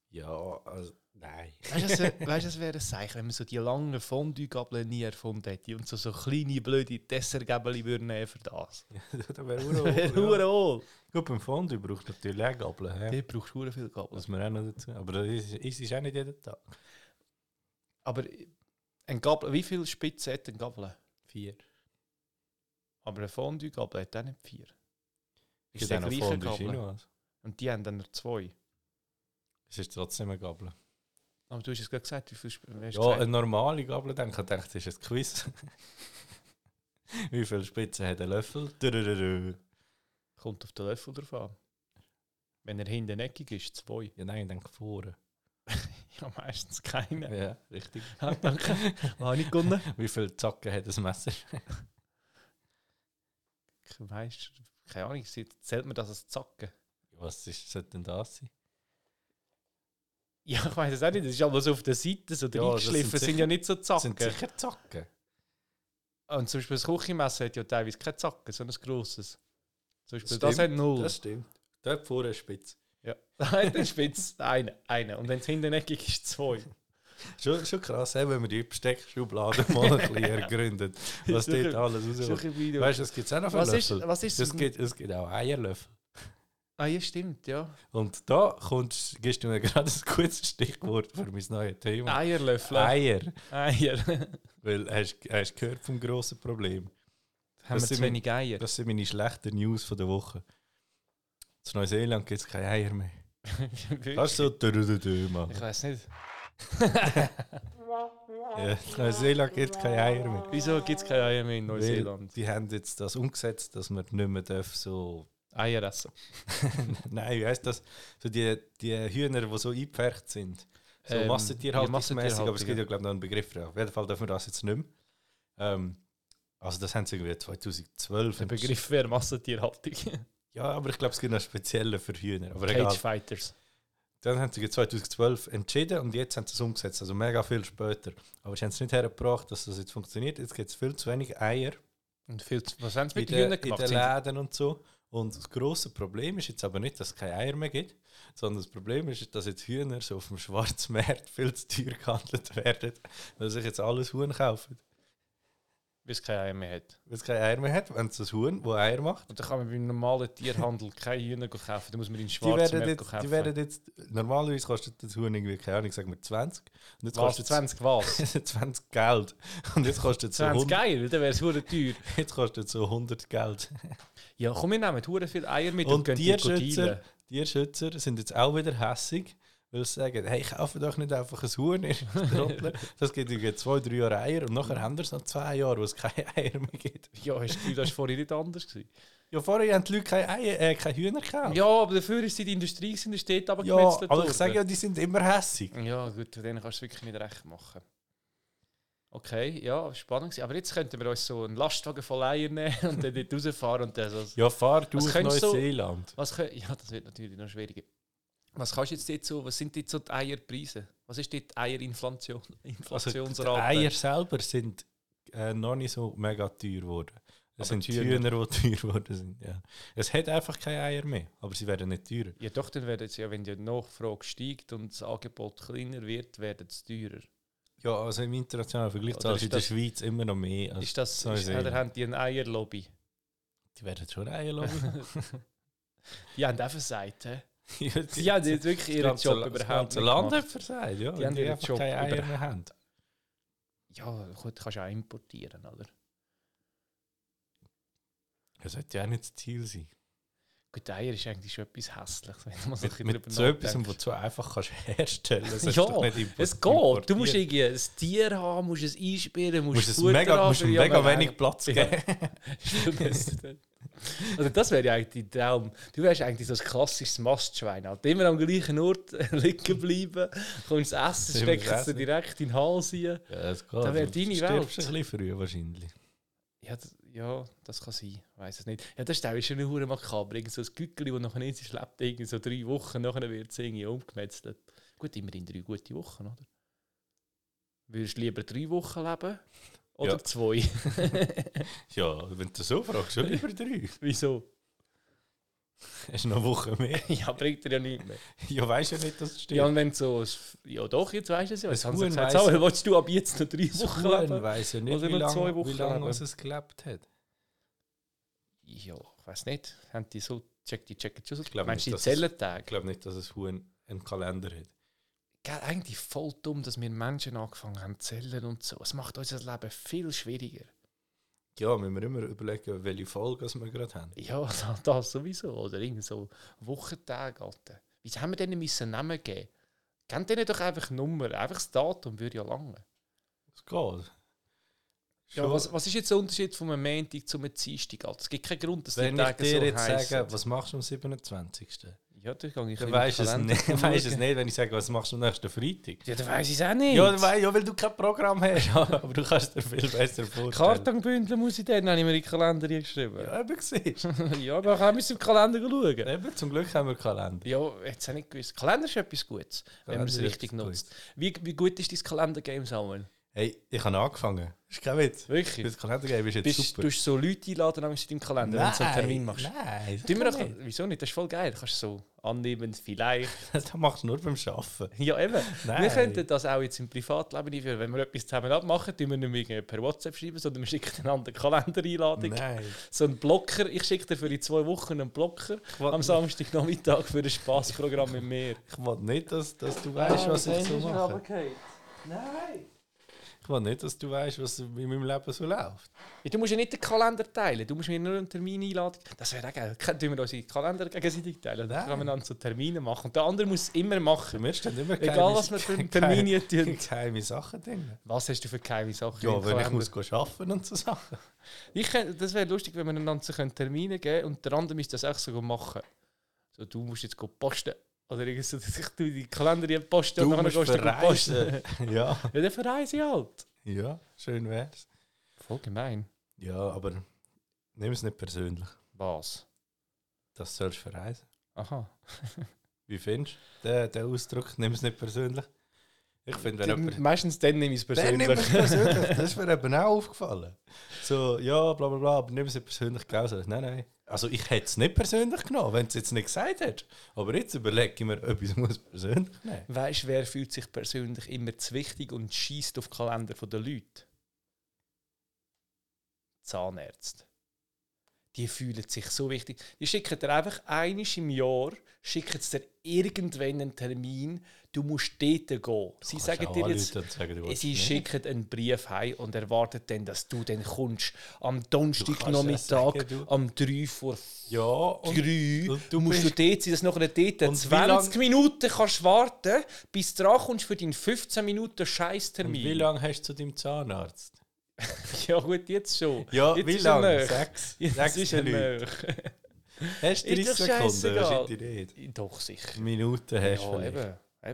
[SPEAKER 2] Ja, also, nein.
[SPEAKER 1] Weißt du, das, das wäre ein Zeichen, wenn man so die langen Fondue-Gabeln nie erfunden hätte und so, so kleine, blöde Dessertgabeln würden nehmen für das.
[SPEAKER 2] das
[SPEAKER 1] Wäre
[SPEAKER 2] wäre
[SPEAKER 1] hure hohl.
[SPEAKER 2] Gut, beim Fondue brauchst du natürlich auch Gabeln. hä?
[SPEAKER 1] Dort brauchst du hure viele Gabeln.
[SPEAKER 2] Muss man auch noch dazu. Aber das ist, ist, ist auch nicht jeden Tag.
[SPEAKER 1] Aber ein Gabel, wie viele Spitzen hat eine Gabel?
[SPEAKER 2] Vier.
[SPEAKER 1] Aber eine Fondue-Gabel hat auch nicht vier.
[SPEAKER 2] Ist
[SPEAKER 1] Ist
[SPEAKER 2] auch
[SPEAKER 1] der
[SPEAKER 2] noch
[SPEAKER 1] gleiche
[SPEAKER 2] Fondue
[SPEAKER 1] Gabel.
[SPEAKER 2] Chinoise.
[SPEAKER 1] Und die haben dann noch zwei.
[SPEAKER 2] Es ist trotzdem eine Gabel.
[SPEAKER 1] Aber du hast es gerade gesagt, wie viele Spitzen hast du
[SPEAKER 2] Ja,
[SPEAKER 1] gesagt?
[SPEAKER 2] eine normale Gabel denke ich, dachte, das ist ein Quiz. Wie viele Spitzen hat ein Löffel? Dürürürü.
[SPEAKER 1] Kommt auf den Löffel drauf an. Wenn er hinten eckig ist, zwei.
[SPEAKER 2] Ja, nein, ich denke vorne.
[SPEAKER 1] Ja, meistens keine.
[SPEAKER 2] Ja, richtig.
[SPEAKER 1] Ah, danke. Was habe ich gewonnen?
[SPEAKER 2] Wie viele Zacken hat ein Messer?
[SPEAKER 1] Ich weiss, keine Ahnung, sie- zählt man das als Zacken?
[SPEAKER 2] Was ist, sollte denn das sein?
[SPEAKER 1] Ja, ich weiß es auch nicht. Das ist aber so auf der Seite so
[SPEAKER 2] Ja,
[SPEAKER 1] ja,
[SPEAKER 2] das
[SPEAKER 1] reingeschliffen.
[SPEAKER 2] sind
[SPEAKER 1] Sind, sind ja nicht so
[SPEAKER 2] Das sind
[SPEAKER 1] Zacken.
[SPEAKER 2] sicher Zacken.
[SPEAKER 1] Und zum Beispiel das Küchenmesser hat ja teilweise keine Zacken, sondern ein grosses. Zum Beispiel das,
[SPEAKER 2] Das
[SPEAKER 1] hat null. Das,
[SPEAKER 2] stimmt. Dort vorne eine Spitze.
[SPEAKER 1] ja. da hat eine Spitze eine. eine. Und wenn es hintereckig ist, zwei.
[SPEAKER 2] Schon, schon krass, hä, wenn wir die Besteckschublade mal ein bisschen ergründen, was
[SPEAKER 1] Sicher-
[SPEAKER 2] dort alles
[SPEAKER 1] So ein
[SPEAKER 2] rauskommt.
[SPEAKER 1] bisschen wie du-
[SPEAKER 2] Weißt du, es gibt auch noch für
[SPEAKER 1] was ist,
[SPEAKER 2] Löffel.
[SPEAKER 1] was ist
[SPEAKER 2] Es gibt, es gibt auch Eierlöffel.
[SPEAKER 1] Ah, ja, stimmt, ja.
[SPEAKER 2] Und da kommst, gibst du mir gerade ein gutes Stichwort für mein neues Thema.
[SPEAKER 1] Eierlöffel.
[SPEAKER 2] Eier.
[SPEAKER 1] Eier. Haben
[SPEAKER 2] Weil hast hast gehört vom grossen Problem.
[SPEAKER 1] wir
[SPEAKER 2] sind
[SPEAKER 1] zu
[SPEAKER 2] wir-
[SPEAKER 1] wenig Eier?
[SPEAKER 2] Das sind meine schlechten News von der Woche. Zu Neuseeland gibt es keine Eier mehr. Das ist so dö Mann.
[SPEAKER 1] ich weiß nicht.
[SPEAKER 2] Ja, in Neuseeland gibt es keine Eier mehr.
[SPEAKER 1] Wieso gibt es keine Eier mehr in
[SPEAKER 2] Weil
[SPEAKER 1] Neuseeland?
[SPEAKER 2] Die haben jetzt das umgesetzt, dass man nicht mehr darf, so.
[SPEAKER 1] Eier essen.
[SPEAKER 2] Nein, wie heisst das? So die, die Hühner, die so eingepfercht sind. So
[SPEAKER 1] Ähm,
[SPEAKER 2] massentierhaltungsmäßig,
[SPEAKER 1] ja,
[SPEAKER 2] aber es
[SPEAKER 1] Massentierhaltung,
[SPEAKER 2] gibt ja, glaube ich, noch einen Begriff dafür. Auf jeden Fall dürfen wir das jetzt nicht mehr. Ähm, also, das haben sie irgendwie 2012.
[SPEAKER 1] Der Begriff wäre Massentierhaltung.
[SPEAKER 2] Ja, aber ich glaube, es gibt noch einen speziellen für Hühner. Aber egal.
[SPEAKER 1] Cage Fighters.
[SPEAKER 2] Dann haben sie 2012 entschieden und jetzt haben sie es umgesetzt, also mega viel später. Aber sie haben es nicht hergebracht, dass das jetzt funktioniert. Jetzt gibt es viel zu wenig Eier
[SPEAKER 1] Und viel zu, was haben sie
[SPEAKER 2] in
[SPEAKER 1] mit den Hühnern
[SPEAKER 2] den, in
[SPEAKER 1] gemacht?
[SPEAKER 2] den
[SPEAKER 1] Sind die-
[SPEAKER 2] Läden und so. Und das grosse Problem ist jetzt aber nicht, dass es keine Eier mehr gibt, sondern das Problem ist, dass jetzt Hühner so auf dem Schwarzmarkt viel zu teuer gehandelt werden, weil sich jetzt alles Huhn kaufen.
[SPEAKER 1] Weil es keine Eier mehr hat.
[SPEAKER 2] Weil es keine Eier mehr hat, wenn es ein Huhn, das Eier macht.
[SPEAKER 1] Und dann kann man beim normalen Tierhandel keine Hühner kaufen, dann muss man in den
[SPEAKER 2] Die werden,
[SPEAKER 1] Schwarzmarkt
[SPEAKER 2] jetzt,
[SPEAKER 1] kaufen.
[SPEAKER 2] die werden jetzt, normalerweise kostet das Huhn irgendwie, keine Ahnung, sagen wir 20. Und jetzt
[SPEAKER 1] was,
[SPEAKER 2] kostet
[SPEAKER 1] 20 was?
[SPEAKER 2] es 20 Geld. Und jetzt kostet es so
[SPEAKER 1] 20
[SPEAKER 2] 100,
[SPEAKER 1] geil, dann wäre es hure teuer.
[SPEAKER 2] jetzt kostet es so 100 Geld.
[SPEAKER 1] Ja, komm, wir nehmen hure viel Eier mit und,
[SPEAKER 2] Und
[SPEAKER 1] gehen die
[SPEAKER 2] Tierschützer,
[SPEAKER 1] dealen.
[SPEAKER 2] Tierschützer sind jetzt auch wieder hässig, weil sie sagen, hey, kauft doch nicht einfach ein Huhn in Dus den Trottel. Das gibt irgendwie zwei, drei Jahre Eier und nachher haben wir es noch zwei Jahre, wo es keine Eier mehr gibt.
[SPEAKER 1] Ja, hast du das Gefühl, das war vorher nicht anders. Gewesen.
[SPEAKER 2] Ja, vorher haben die Leute keine, Eier, äh, keine Hühner gekauft.
[SPEAKER 1] Ja, aber dafür ist sie in der Industrie in der Stadt aber
[SPEAKER 2] Ja,
[SPEAKER 1] gemetzelt
[SPEAKER 2] aber
[SPEAKER 1] worden.
[SPEAKER 2] ich sage ja, die sind immer hässig.
[SPEAKER 1] Ja, gut, denen kannst du wirklich nicht recht machen. Okay, ja, spannend. gewesen. Aber jetzt könnten wir uns so einen Lastwagen voll Eier nehmen und dann dort rausfahren und dann so.
[SPEAKER 2] Ja, fahr du
[SPEAKER 1] Was
[SPEAKER 2] auf
[SPEAKER 1] könntest du-
[SPEAKER 2] Neuseeland.
[SPEAKER 1] Was kö- ja, das wird natürlich noch schwieriger. Was kannst du jetzt dort so, was sind jetzt so die Eierpreise? Was ist dort die Eierinflation?
[SPEAKER 2] Also, die
[SPEAKER 1] Inflationsrate?
[SPEAKER 2] Eier selber sind äh, noch nicht so mega teuer geworden. Es
[SPEAKER 1] Aber
[SPEAKER 2] sind
[SPEAKER 1] die
[SPEAKER 2] die Hühner, die teuer geworden sind. Ja. Es hat einfach keine Eier mehr, aber sie werden nicht teurer.
[SPEAKER 1] Ja, doch, dann werden sie ja, wenn die Nachfrage steigt und das Angebot kleiner wird, werden sie teurer.
[SPEAKER 2] Ja, also im internationalen Vergleich
[SPEAKER 1] Oder ist
[SPEAKER 2] zahlst du in der
[SPEAKER 1] das-
[SPEAKER 2] Schweiz immer noch mehr. Also, Als
[SPEAKER 1] ist das,
[SPEAKER 2] so
[SPEAKER 1] ist,
[SPEAKER 2] gesehen.
[SPEAKER 1] oder haben die ein Eierlobby?
[SPEAKER 2] die werden schon reinlaufen.
[SPEAKER 1] Die haben auch versagt, hä?
[SPEAKER 2] ja,
[SPEAKER 1] Die haben jetzt wirklich ihren
[SPEAKER 2] ganze
[SPEAKER 1] Job
[SPEAKER 2] La- das
[SPEAKER 1] überhaupt
[SPEAKER 2] ganze
[SPEAKER 1] nicht
[SPEAKER 2] Land
[SPEAKER 1] gemacht.
[SPEAKER 2] hat versagt, ja.
[SPEAKER 1] Die
[SPEAKER 2] Die
[SPEAKER 1] haben
[SPEAKER 2] haben die
[SPEAKER 1] ihren
[SPEAKER 2] einfach
[SPEAKER 1] Job
[SPEAKER 2] keine Eier
[SPEAKER 1] überhaupt-
[SPEAKER 2] mehr haben.
[SPEAKER 1] Ja, gut, kannst du auch importieren, oder?
[SPEAKER 2] Das sollte ja auch nicht das Ziel sein.
[SPEAKER 1] Gut, Eier ist eigentlich schon etwas hässliches, wenn du mal so ein
[SPEAKER 2] Mit,
[SPEAKER 1] bisschen
[SPEAKER 2] mit
[SPEAKER 1] drüber
[SPEAKER 2] so etwas,
[SPEAKER 1] nachdenkst.
[SPEAKER 2] was du einfach kannst herstellen kannst.
[SPEAKER 1] Ja,
[SPEAKER 2] nicht
[SPEAKER 1] Es geht, du musst irgendwie ein Tier haben, musst es einsperren,
[SPEAKER 2] Du
[SPEAKER 1] musst,
[SPEAKER 2] musst es
[SPEAKER 1] Futter
[SPEAKER 2] mega,
[SPEAKER 1] haben
[SPEAKER 2] musst
[SPEAKER 1] für
[SPEAKER 2] ihm
[SPEAKER 1] die
[SPEAKER 2] mega
[SPEAKER 1] anderen.
[SPEAKER 2] wenig Platz
[SPEAKER 1] Ja.
[SPEAKER 2] geben.
[SPEAKER 1] Stimmt, das- also das wäre ja eigentlich dein Traum. Du wärst eigentlich so ein klassisches Mastschwein. Halt. Immer am gleichen Ort liegen bleiben, kommst das Essen,
[SPEAKER 2] Immer
[SPEAKER 1] steckst
[SPEAKER 2] das
[SPEAKER 1] es dir
[SPEAKER 2] Essen.
[SPEAKER 1] direkt in den Hals rein.
[SPEAKER 2] Ja, das geht.
[SPEAKER 1] Da wär
[SPEAKER 2] Du
[SPEAKER 1] deine
[SPEAKER 2] stirbst ein
[SPEAKER 1] Welt.
[SPEAKER 2] bisschen früh wahrscheinlich.
[SPEAKER 1] Ja, das, ja, das kann sein. Ich weiß es nicht. Ja, das ist auch schon eine Hure makaber. Irgend so ein Gückeli, das nachher in sich schleppt, irgendwie so drei Wochen, nachher wird es irgendwie umgemetzelt. Gut, immerhin drei gute Wochen, oder? Würdest du lieber drei Wochen leben? Oder
[SPEAKER 2] Ja.
[SPEAKER 1] zwei?
[SPEAKER 2] Ja, wenn du so fragst, schon lieber drei.
[SPEAKER 1] Wieso?
[SPEAKER 2] Hast du noch eine Woche mehr?
[SPEAKER 1] Ja, bringt dir ja nichts mehr.
[SPEAKER 2] Ja, weißt ja nicht, dass es stimmt.
[SPEAKER 1] Ja, und wenn so, ein- ja doch, jetzt weißt du es ja. Jetzt
[SPEAKER 2] Ein
[SPEAKER 1] haben sie
[SPEAKER 2] Huhn
[SPEAKER 1] gesagt,
[SPEAKER 2] weiss-
[SPEAKER 1] so, willst du ab jetzt noch drei Wochen leben?
[SPEAKER 2] weiß ja
[SPEAKER 1] Oder nur zwei Wochen leben.
[SPEAKER 2] es gelebt hat.
[SPEAKER 1] Ja, ich weiß nicht. Haben die so, check, die checken schon so.
[SPEAKER 2] glaub
[SPEAKER 1] Meinst du
[SPEAKER 2] nicht,
[SPEAKER 1] die
[SPEAKER 2] dass es-
[SPEAKER 1] Zellentage?
[SPEAKER 2] Ich glaube nicht, dass es Huhn einen Kalender hat.
[SPEAKER 1] Gell, eigentlich voll dumm, dass wir Menschen angefangen haben zu zählen und so. Es macht unser Leben viel schwieriger.
[SPEAKER 2] Ja, müssen wir immer überlegen, welche Folge es wir gerade haben.
[SPEAKER 1] Ja, da- das sowieso. Oder irgend so Wochentage. Alter. Wieso haben wir denen müssen Namen geben? Geben denen doch einfach Nummer. Einfach das Datum würde ja lange.
[SPEAKER 2] Es geht.
[SPEAKER 1] Ja,
[SPEAKER 2] Schon.
[SPEAKER 1] was, was ist jetzt der Unterschied von einem Montag zu einem Dienstag? Alter? Es gibt keinen Grund, dass die
[SPEAKER 2] Wenn ich
[SPEAKER 1] Tage
[SPEAKER 2] dir
[SPEAKER 1] so
[SPEAKER 2] jetzt
[SPEAKER 1] heissen.
[SPEAKER 2] sage, was machst du am 27.
[SPEAKER 1] ja, dann gehe ich
[SPEAKER 2] Dann
[SPEAKER 1] in den
[SPEAKER 2] weisst du es
[SPEAKER 1] Kalender
[SPEAKER 2] nicht. Weisst du es
[SPEAKER 1] schauen.
[SPEAKER 2] nicht, wenn ich sage, was machst du am nächsten Freitag?
[SPEAKER 1] Ja, dann weiss ich es auch nicht.
[SPEAKER 2] Ja, weil, ja, weil du kein Programm hast, aber du kannst dir viel besser vorstellen.
[SPEAKER 1] Kartonbündel muss ich dann, habe ich mir in den Kalender geschrieben.
[SPEAKER 2] Ja, eben siehst
[SPEAKER 1] Ja, ja dann kann ich im Kalender schauen.
[SPEAKER 2] Eben, zum Glück haben wir Kalender.
[SPEAKER 1] Ja, jetzt habe ich gewusst. Kalender ist etwas Gutes, wenn man es
[SPEAKER 2] Kalender ist
[SPEAKER 1] richtig
[SPEAKER 2] etwas
[SPEAKER 1] nutzt. Wie, wie gut ist dein Kalender-Game, Samuel?
[SPEAKER 2] Hey, ich habe angefangen. Ist kein Witz.
[SPEAKER 1] Wirklich?
[SPEAKER 2] Das Kalendergame ist jetzt
[SPEAKER 1] Bist,
[SPEAKER 2] super.
[SPEAKER 1] Du hast so Leute einladen, dann in deinem Kalender, wenn du so einen Termin machst.
[SPEAKER 2] Nein,
[SPEAKER 1] Tun wir
[SPEAKER 2] das,
[SPEAKER 1] doch, wieso nicht? Das ist voll geil. Kannst du so annehmen, vielleicht.
[SPEAKER 2] das machst du nur beim Arbeiten.
[SPEAKER 1] Ja, eben.
[SPEAKER 2] Nein.
[SPEAKER 1] Wir könnten das auch jetzt im Privatleben einführen. Wenn wir etwas zusammen abmachen, tun wir nicht mehr irgendwie per WhatsApp schreiben, sondern wir schicken einander eine Kalendereinladung.
[SPEAKER 2] Nein.
[SPEAKER 1] So einen Blocker. Ich schicke dir für in zwei Wochen einen Blocker
[SPEAKER 2] will
[SPEAKER 1] am
[SPEAKER 2] nicht.
[SPEAKER 1] Samstagnachmittag für ein Spaßprogramm im Meer.
[SPEAKER 2] Ich will nicht, dass, dass du weißt, was ich so mache.
[SPEAKER 1] Nein!
[SPEAKER 2] Ich will nicht, dass du weißt, was in meinem Leben so läuft.
[SPEAKER 1] Ja, du musst ja nicht den Kalender teilen, du musst mir nur einen Termin einladen. Das wäre auch geil. Können wir unsere Kalender gegenseitig teilen? Dann
[SPEAKER 2] Nein.
[SPEAKER 1] können wir dann so Termine machen. Und der andere muss es immer machen.
[SPEAKER 2] Für mich steht immer
[SPEAKER 1] Egal, was wir für einen Termin hier tun.
[SPEAKER 2] geheime Sachen drin.
[SPEAKER 1] Was hast du für geheime Sachen
[SPEAKER 2] Ja,
[SPEAKER 1] im
[SPEAKER 2] wenn ich
[SPEAKER 1] Kalender?
[SPEAKER 2] muss gehen arbeiten und so Sachen.
[SPEAKER 1] Ich könnte- das wäre lustig, wenn wir einander so können Termine geben und der andere müsste das auch so machen. So, du musst jetzt go posten. Oder irgendwie so, dass ich tu die Kalender hier posten und dann gehst du go posten.
[SPEAKER 2] ja,
[SPEAKER 1] Ja, dann verreise ich halt.
[SPEAKER 2] ja, schön wär's.
[SPEAKER 1] Voll gemein.
[SPEAKER 2] Ja, aber nimm es nicht persönlich.
[SPEAKER 1] Was?
[SPEAKER 2] Das sollst du verreisen.
[SPEAKER 1] Aha.
[SPEAKER 2] Wie findest du den, den Ausdruck? Nimm es nicht persönlich. Ich finde, wenn jemand...
[SPEAKER 1] Meistens dann nehme ich es
[SPEAKER 2] Dann nimm es
[SPEAKER 1] persönlich.
[SPEAKER 2] persönlich. Das ist mir eben auch aufgefallen. So, ja, bla bla bla, aber nimm es nicht persönlich genauso. Nein, nein. Also ich hätte es nicht persönlich genommen, wenn du es jetzt nicht gesagt hättest. Aber jetzt überlege ich mir, ob ich es muss persönlich nehmen
[SPEAKER 1] Weißt du, wer fühlt sich persönlich immer zu wichtig und schießt auf die Kalender der Leute? Zahnärzte. Die fühlen sich so wichtig. Die schicken dir einfach einisch im Jahr, schicken sie dir irgendwann einen Termin, du musst dort gehen. Sie sagen dir jetzt, Sie schicken einen Brief heim und erwarten dann, dass du dann kommst. Am Donnerstagnachmittag,
[SPEAKER 2] ja sagen, du-
[SPEAKER 1] am 3 vor
[SPEAKER 2] Ja, und
[SPEAKER 1] 3,
[SPEAKER 2] und
[SPEAKER 1] du
[SPEAKER 2] du
[SPEAKER 1] musst du
[SPEAKER 2] bist-
[SPEAKER 1] dort sein, dass du nachher dort
[SPEAKER 2] Und
[SPEAKER 1] 20
[SPEAKER 2] wie lang-
[SPEAKER 1] Minuten kannst warten, bis du drankommst für deinen 15 Minuten
[SPEAKER 2] und wie
[SPEAKER 1] Scheißtermin.
[SPEAKER 2] lange hast du zu deinem Zahnarzt?
[SPEAKER 1] Ja gut, jetzt schon.
[SPEAKER 2] Ja,
[SPEAKER 1] jetzt
[SPEAKER 2] wie
[SPEAKER 1] ist er
[SPEAKER 2] lange?
[SPEAKER 1] näher.
[SPEAKER 2] Sechs.
[SPEAKER 1] Jetzt
[SPEAKER 2] Sechs
[SPEAKER 1] ist er
[SPEAKER 2] Minuten.
[SPEAKER 1] näher.
[SPEAKER 2] Hast du
[SPEAKER 1] Ist
[SPEAKER 2] 30
[SPEAKER 1] doch
[SPEAKER 2] Sekunden?
[SPEAKER 1] scheißegal.
[SPEAKER 2] Wahrscheinlich nicht.
[SPEAKER 1] Doch, sicher.
[SPEAKER 2] Minuten hast du
[SPEAKER 1] Ja,
[SPEAKER 2] vielleicht.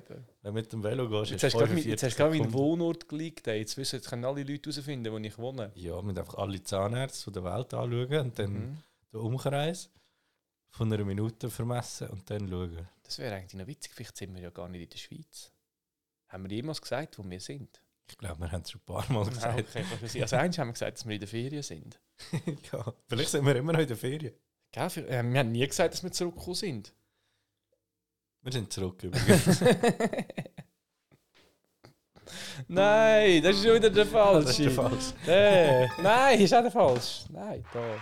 [SPEAKER 1] eben. eben.
[SPEAKER 2] Wenn du mit dem Velo gehst,
[SPEAKER 1] Jetzt hast du gerade mit-
[SPEAKER 2] 45
[SPEAKER 1] jetzt hast du gerade meinen
[SPEAKER 2] Sekunden.
[SPEAKER 1] Wohnort gelegt. ey. Jetzt wissen jetzt können alle Leute herausfinden, wo Mhm. ich wohne.
[SPEAKER 2] Ja, wir müssen einfach alle Zahnärzte von der Welt anschauen und dann den Umkreis von einer Minute vermessen und dann schauen.
[SPEAKER 1] Das wäre eigentlich noch witzig. Vielleicht sind wir ja gar nicht in der Schweiz. Haben wir jemals gesagt, wo wir sind?
[SPEAKER 2] Ich glaube, wir haben es schon ein paar Mal
[SPEAKER 1] Nein,
[SPEAKER 2] gesagt.
[SPEAKER 1] okay, kann schon sein. Also eins haben wir gesagt, dass wir in der Ferien sind.
[SPEAKER 2] ja. Vielleicht sind wir immer noch in der Ferien.
[SPEAKER 1] Gell, für, äh, wir haben nie gesagt, dass wir zurückgekommen sind.
[SPEAKER 2] Wir sind zurück übrigens.
[SPEAKER 1] Nein, das ist schon wieder der
[SPEAKER 2] das ist
[SPEAKER 1] falsche.
[SPEAKER 2] der Falsch.
[SPEAKER 1] Äh, nein, ist auch der falsche. Nein, da.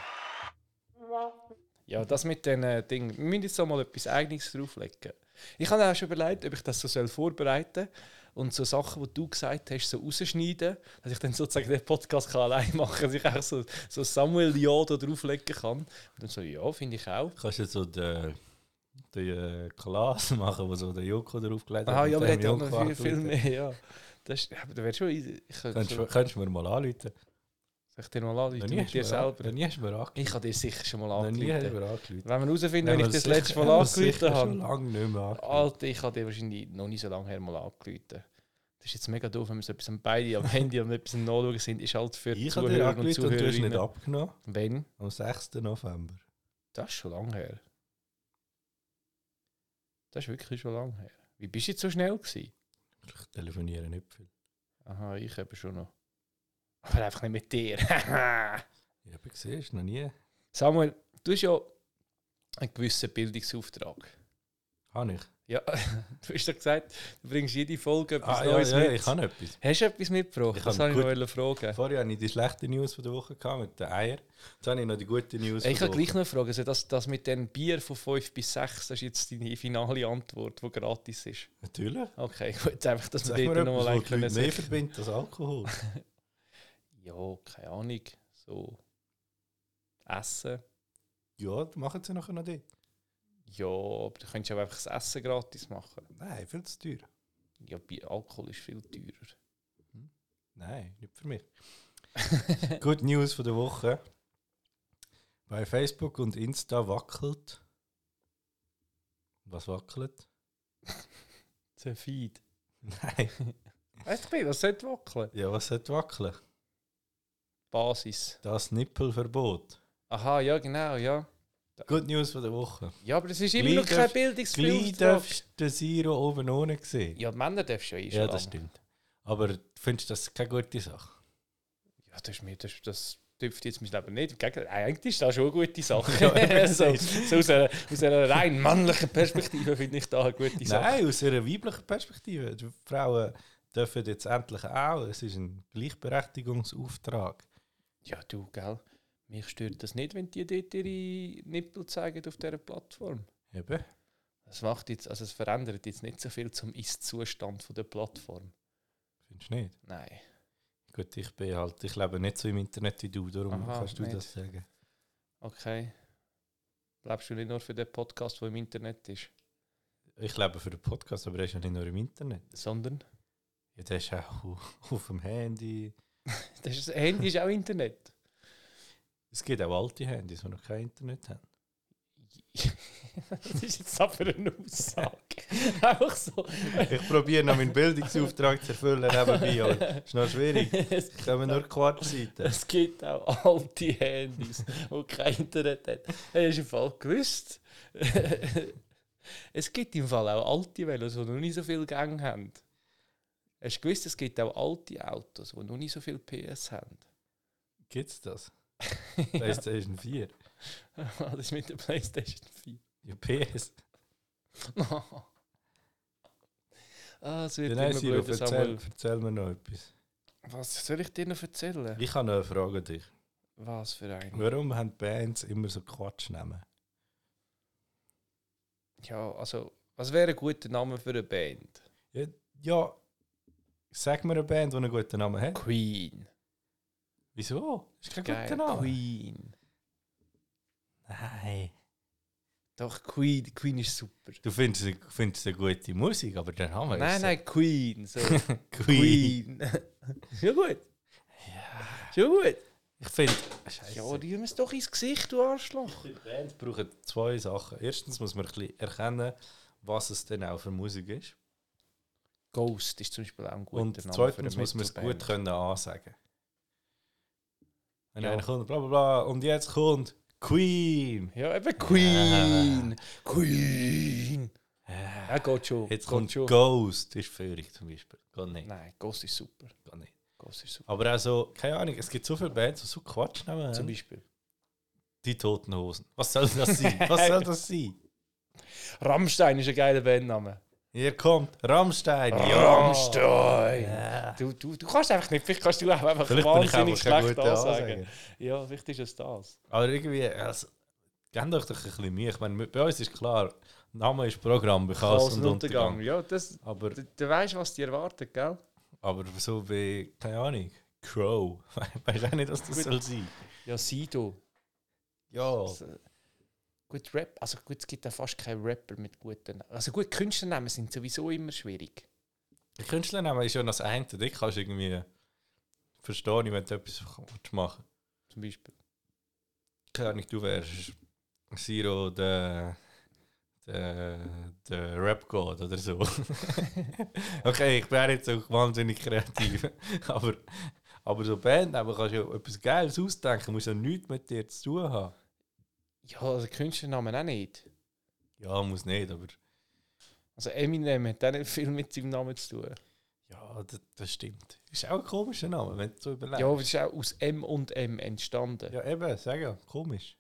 [SPEAKER 1] Ja, das mit den äh, Dingen. Wir müssen jetzt auch mal etwas Eigenes drauflegen. Ich habe auch schon überlegt, ob ich das so soll vorbereiten und so Sachen, die du gesagt hast, so rausschneiden, dass ich dann sozusagen den Podcast kann allein machen kann, dass ich auch so, so Samuel Ja da drauflegen kann. Und dann so, ja, finde ich auch.
[SPEAKER 2] Kannst du so den, den äh, Klaas machen, wo so der Joko draufgelegt
[SPEAKER 1] Ah, ja,
[SPEAKER 2] mit
[SPEAKER 1] aber der
[SPEAKER 2] dem
[SPEAKER 1] hat ja auch noch
[SPEAKER 2] Joko
[SPEAKER 1] viel, viel
[SPEAKER 2] angerufen.
[SPEAKER 1] mehr. Ja. Das ist, aber da wäre schon. easy. Ich könnte
[SPEAKER 2] Könntest,
[SPEAKER 1] so,
[SPEAKER 2] du- könntest du mir mal anrufen?
[SPEAKER 1] soll ich dir mal anrufen mit dir
[SPEAKER 2] Noch
[SPEAKER 1] selber.
[SPEAKER 2] nie hast du mir angerufen.
[SPEAKER 1] Ich habe dir sicher schon mal
[SPEAKER 2] Noch nie hast du
[SPEAKER 1] angerufen.
[SPEAKER 2] mir angerufen.
[SPEAKER 1] Wenn wir herausfinden, wenn
[SPEAKER 2] Haben
[SPEAKER 1] ich
[SPEAKER 2] wir
[SPEAKER 1] dir das
[SPEAKER 2] sicher-
[SPEAKER 1] letzte
[SPEAKER 2] haben
[SPEAKER 1] Mal
[SPEAKER 2] wir
[SPEAKER 1] angerufen
[SPEAKER 2] sicher schon
[SPEAKER 1] habe.
[SPEAKER 2] lange nicht mehr
[SPEAKER 1] Ah,
[SPEAKER 2] angerufen.
[SPEAKER 1] Alter, ich habe dir wahrscheinlich noch nie so lange her mal angerufen. Das ist jetzt mega doof, wenn wir so etwas am beide am Handy und etwas am Nachschauen sind. Ist halt für
[SPEAKER 2] Ich habe dir
[SPEAKER 1] Zuhörer und
[SPEAKER 2] angerufen und du hast nicht
[SPEAKER 1] Zuhörerinnen.
[SPEAKER 2] abgenommen.
[SPEAKER 1] Wenn?
[SPEAKER 2] Am 6. November.
[SPEAKER 1] Das ist schon lange her. Das ist wirklich schon lange her. Wie bist du jetzt so schnell gewesen?
[SPEAKER 2] Ich telefoniere nicht viel.
[SPEAKER 1] Aha, ich eben schon noch. Aber einfach nicht mit dir.
[SPEAKER 2] Ich habe gesehen, noch nie.
[SPEAKER 1] Samuel, du hast ja einen gewissen Bildungsauftrag.
[SPEAKER 2] Habe ich.
[SPEAKER 1] Ja, du hast ja gesagt, du bringst jede Folge etwas
[SPEAKER 2] Ah, ja,
[SPEAKER 1] Neues
[SPEAKER 2] ja,
[SPEAKER 1] mit.
[SPEAKER 2] ich habe etwas.
[SPEAKER 1] Hast du etwas mitgebracht?
[SPEAKER 2] Ich
[SPEAKER 1] das
[SPEAKER 2] hab
[SPEAKER 1] wollte ich
[SPEAKER 2] gut-
[SPEAKER 1] noch fragen.
[SPEAKER 2] Vorher hatte ich die schlechte News von der Woche gehabt, mit den Eiern. Jetzt habe ich noch die gute News
[SPEAKER 1] Ich
[SPEAKER 2] von
[SPEAKER 1] kann
[SPEAKER 2] der
[SPEAKER 1] gleich
[SPEAKER 2] Woche.
[SPEAKER 1] noch fragen, also das, das mit dem Bier von 5 bis 6, das ist jetzt deine finale Antwort, die gratis ist.
[SPEAKER 2] Natürlich.
[SPEAKER 1] Okay, gut, einfach, dass
[SPEAKER 2] Sag
[SPEAKER 1] wir
[SPEAKER 2] mir
[SPEAKER 1] dort nochmal
[SPEAKER 2] etwas,
[SPEAKER 1] ein
[SPEAKER 2] was die Leute mehr
[SPEAKER 1] können.
[SPEAKER 2] verbindet als Alkohol.
[SPEAKER 1] Ja, keine Ahnung. So. Essen.
[SPEAKER 2] ja, das machen sie nachher noch dort.
[SPEAKER 1] Ja, aber du könntest auch einfach das Essen gratis machen.
[SPEAKER 2] Nein, viel zu teuer.
[SPEAKER 1] Ja, Bier, Alkohol ist viel teurer.
[SPEAKER 2] Nein, nicht für mich. Good News von der Woche. Bei Facebook und Insta wackelt. Was wackelt?
[SPEAKER 1] Zu feed.
[SPEAKER 2] Nein.
[SPEAKER 1] Weißt du, das sollte wackeln.
[SPEAKER 2] Ja, was hat wackeln?
[SPEAKER 1] Basis.
[SPEAKER 2] Das Nippelverbot.
[SPEAKER 1] Aha, ja, genau, ja.
[SPEAKER 2] Good News von der Woche.
[SPEAKER 1] Ja, aber das ist
[SPEAKER 2] Gleich
[SPEAKER 1] immer noch kein
[SPEAKER 2] darfst- Gleich
[SPEAKER 1] Bildungsbild.
[SPEAKER 2] darfst du den Siro oben ohne sehen.
[SPEAKER 1] Ja, die Männer darfst du ja eh schon
[SPEAKER 2] Ja, das
[SPEAKER 1] lange.
[SPEAKER 2] stimmt. Aber findest du das keine gute Sache?
[SPEAKER 1] Ja, das, ist mir, das, das dürfte jetzt mein Leben nicht. Im Gegenteil, eigentlich ist das schon eine gute Sache.
[SPEAKER 2] Ja,
[SPEAKER 1] so, so aus, einer, aus einer rein mannlichen Perspektive finde ich da eine gute Sache.
[SPEAKER 2] Nein, aus einer weiblichen Perspektive. Die Frauen dürfen jetzt endlich auch. Es ist ein Gleichberechtigungsauftrag.
[SPEAKER 1] Ja, du, gell. Mich stört das nicht, wenn die dort ihre Nippel zeigen auf dieser Plattform.
[SPEAKER 2] Eben.
[SPEAKER 1] Das macht jetzt, also es verändert jetzt nicht so viel zum Ist-Zustand von der Plattform.
[SPEAKER 2] Findest du nicht?
[SPEAKER 1] Nein.
[SPEAKER 2] Gut, ich bin halt, ich lebe nicht so im Internet wie du, darum
[SPEAKER 1] Aha,
[SPEAKER 2] kannst du
[SPEAKER 1] nicht.
[SPEAKER 2] das sagen.
[SPEAKER 1] Okay. Bleibst du nicht nur für den Podcast, der im Internet ist,
[SPEAKER 2] Ich lebe für den Podcast, aber er ist ja nicht nur im Internet.
[SPEAKER 1] sondern
[SPEAKER 2] Ja, der ist auch auf- auf dem Handy.
[SPEAKER 1] das ist, das Handy ist auch Internet.
[SPEAKER 2] Es gibt auch alte Handys, die noch kein Internet haben.
[SPEAKER 1] das ist jetzt aber eine Aussage. Einfach so.
[SPEAKER 2] Ich probiere noch meinen Bildungsauftrag zu erfüllen nebenbei, aber das ist noch schwierig.
[SPEAKER 1] es,
[SPEAKER 2] Ich komme nur Quatschseiten.
[SPEAKER 1] es gibt auch alte Handys, die kein Internet haben. Hey, hast du im Fall gewusst? Es gibt im Fall auch alte Velos, die noch nicht so viel Gang haben. Hast du gewusst, es gibt auch alte Autos, die noch nicht so viel PS haben?
[SPEAKER 2] Gibt's das? PlayStation 4.
[SPEAKER 1] das ist mit der Playstation 4.
[SPEAKER 2] Ja, PS.
[SPEAKER 1] ah, es wird
[SPEAKER 2] Dann
[SPEAKER 1] immer
[SPEAKER 2] heißt Siro,
[SPEAKER 1] blöder,
[SPEAKER 2] erzähl,
[SPEAKER 1] Samuel.
[SPEAKER 2] erzähl mir noch etwas.
[SPEAKER 1] Was soll ich dir noch erzählen?
[SPEAKER 2] Ich habe noch eine Frage an dich.
[SPEAKER 1] Was für ein...
[SPEAKER 2] Warum haben Bands immer so Quatschnamen?
[SPEAKER 1] Ja, also, was wäre ein guter Name für eine Band?
[SPEAKER 2] Ja, sag mir eine Band, die einen guten Namen hat.
[SPEAKER 1] Queen.
[SPEAKER 2] Wieso? Ist kein
[SPEAKER 1] Geil,
[SPEAKER 2] guter Name.
[SPEAKER 1] Queen.
[SPEAKER 2] Nein.
[SPEAKER 1] Doch, Queen. Queen ist super.
[SPEAKER 2] Du findest, sie- findest eine gute Musik, aber der Name
[SPEAKER 1] Nein,
[SPEAKER 2] ist
[SPEAKER 1] nein, Queen. So.
[SPEAKER 2] Queen.
[SPEAKER 1] Queen. Schon gut.
[SPEAKER 2] Ja.
[SPEAKER 1] Schon gut.
[SPEAKER 2] Ich finde,
[SPEAKER 1] Ja, rühren es doch ins Gesicht, du Arschloch.
[SPEAKER 2] Die Bands brauchen zwei Sachen. Erstens muss man ein bisschen erkennen, was es denn auch für Musik ist.
[SPEAKER 1] Ghost ist zum Beispiel auch ein guter
[SPEAKER 2] Und
[SPEAKER 1] Name.
[SPEAKER 2] zweitens
[SPEAKER 1] für eine
[SPEAKER 2] muss man es
[SPEAKER 1] Metalband.
[SPEAKER 2] gut können ansagen Wenn
[SPEAKER 1] Ja.
[SPEAKER 2] einer kommt, bla bla bla, und jetzt kommt Queen.
[SPEAKER 1] Ja, eben Queen. Queen. Ja, geht schon.
[SPEAKER 2] Jetzt
[SPEAKER 1] geht
[SPEAKER 2] kommt
[SPEAKER 1] Äh, schon.
[SPEAKER 2] Ghost, ist feurig zum Beispiel. Gar nicht,
[SPEAKER 1] Nein, Ghost ist super.
[SPEAKER 2] gar nicht.
[SPEAKER 1] Ghost ist super.
[SPEAKER 2] Aber also, keine Ahnung, es gibt so viele Bands, die so Quatsch nehmen.
[SPEAKER 1] Zum
[SPEAKER 2] haben.
[SPEAKER 1] Beispiel
[SPEAKER 2] Die Toten Hosen. Was soll das sein? Was soll das sein?
[SPEAKER 1] Rammstein ist ein geiler Bandname.
[SPEAKER 2] Hier kommt Rammstein. Ja.
[SPEAKER 1] Rammstein.
[SPEAKER 2] Ah. Ja.
[SPEAKER 1] Du, du, du kannst einfach nicht, vielleicht kannst du auch einfach
[SPEAKER 2] Vielleicht bin ich
[SPEAKER 1] wahnsinnig
[SPEAKER 2] einfach kein
[SPEAKER 1] schlecht
[SPEAKER 2] guter
[SPEAKER 1] ansagen.
[SPEAKER 2] Ansager.
[SPEAKER 1] Ja, vielleicht ist es das.
[SPEAKER 2] Aber irgendwie, also, gebt euch doch ein bisschen Mühe. Ich meine, bei uns ist klar, Name ist Programm, bei Chaos und Untergang.
[SPEAKER 1] Ja, das,
[SPEAKER 2] Aber,
[SPEAKER 1] du, du weißt, was dich erwartet, gell?
[SPEAKER 2] aber so wie, keine Ahnung, Crow. Weißt du auch nicht, was das
[SPEAKER 1] Gut.
[SPEAKER 2] soll sein?
[SPEAKER 1] Ja, Sido.
[SPEAKER 2] Ja.
[SPEAKER 1] Also, gut Rap, also gut, es gibt ja fast keinen Rapper mit guten Namen. Also gut, Künstlernamen sind sowieso immer schwierig.
[SPEAKER 2] Der Künstlername ist ja noch das eine. Dich kannst du irgendwie verstehen, wenn du etwas machen willst.
[SPEAKER 1] Zum Beispiel.
[SPEAKER 2] Keine Ahnung, du wärst Siro, der, der, der Rap-God oder so. okay, ich bin auch nicht so wahnsinnig kreativ. aber, aber so Band, aber kannst du ja etwas Geiles ausdenken, musst ja nichts mit dir zu tun haben.
[SPEAKER 1] Ja, also Künstlernamen auch nicht.
[SPEAKER 2] Ja, muss nicht, aber
[SPEAKER 1] Also Eminem hat auch nicht viel mit seinem Namen zu tun.
[SPEAKER 2] ja, das, das stimmt. Ist auch ein komischer Name, wenn du so überlegst.
[SPEAKER 1] Ja, aber das ist auch aus M und M entstanden. Ja,
[SPEAKER 2] ja eben, sag ja, komisch.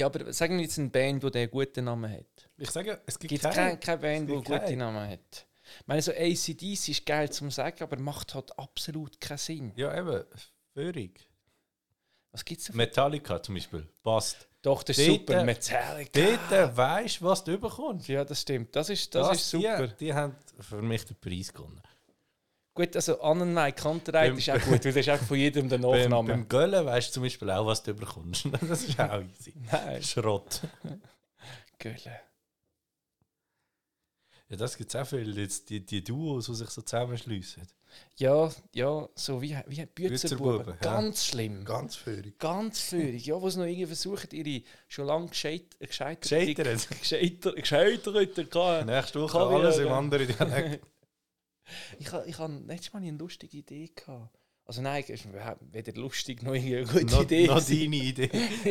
[SPEAKER 1] aber sagen wir jetzt eine Band, die einen guten Namen hat.
[SPEAKER 2] Ich sage ja, es gibt,
[SPEAKER 1] Gibt
[SPEAKER 2] keine.
[SPEAKER 1] keine, keine Band, die
[SPEAKER 2] es
[SPEAKER 1] einen
[SPEAKER 2] gibt
[SPEAKER 1] guten
[SPEAKER 2] keine.
[SPEAKER 1] Namen hat. Ich meine, so ACDC ist geil zum Sagen, aber macht halt absolut keinen Sinn.
[SPEAKER 2] Ja, eben, völlig.
[SPEAKER 1] Was gibt's denn?
[SPEAKER 2] Metallica zum Beispiel, passt.
[SPEAKER 1] Doch, das ist
[SPEAKER 2] Dort- äh,
[SPEAKER 1] super. Metallica.
[SPEAKER 2] Dort weisst du, was du bekommst.
[SPEAKER 1] Ja, das stimmt. Das ist, das ist super.
[SPEAKER 2] Die, die haben für mich den Preis gewonnen.
[SPEAKER 1] Gut, also Annenmai Kantereit
[SPEAKER 2] Beim-
[SPEAKER 1] ist auch gut, weil das ist auch von jedem der
[SPEAKER 2] Beim,
[SPEAKER 1] Nachname.
[SPEAKER 2] beim Göllen weisst du zum Beispiel auch, was du bekommst. Das ist auch easy.
[SPEAKER 1] Nein,
[SPEAKER 2] Schrott.
[SPEAKER 1] Gülle.
[SPEAKER 2] Ja, das gibt es auch viel. Jetzt die, die Duos, die sich so zusammenschliessen.
[SPEAKER 1] Ja, ja, so wie, wie Bützerbuben.
[SPEAKER 2] Bützerbuben, ja.
[SPEAKER 1] Ganz schlimm.
[SPEAKER 2] Ganz völlig.
[SPEAKER 1] Ganz führig. Ja, wo sie noch irgendwie versuchen, ihre schon lange gescheit- gescheiterte...
[SPEAKER 2] Scheitert.
[SPEAKER 1] Gescheiterte... Gescheiterte... Ka-
[SPEAKER 2] Nächste Woche
[SPEAKER 1] Kann ich
[SPEAKER 2] alles
[SPEAKER 1] ja,
[SPEAKER 2] im
[SPEAKER 1] ja.
[SPEAKER 2] anderen Dialekt.
[SPEAKER 1] Ich hatte ich ha letztes Mal eine lustige Idee. Gehabt. Also nein, es ist überhaupt weder lustig noch irgendwie eine gute
[SPEAKER 2] Noch,
[SPEAKER 1] Idee.
[SPEAKER 2] noch
[SPEAKER 1] gewesen.
[SPEAKER 2] deine Idee.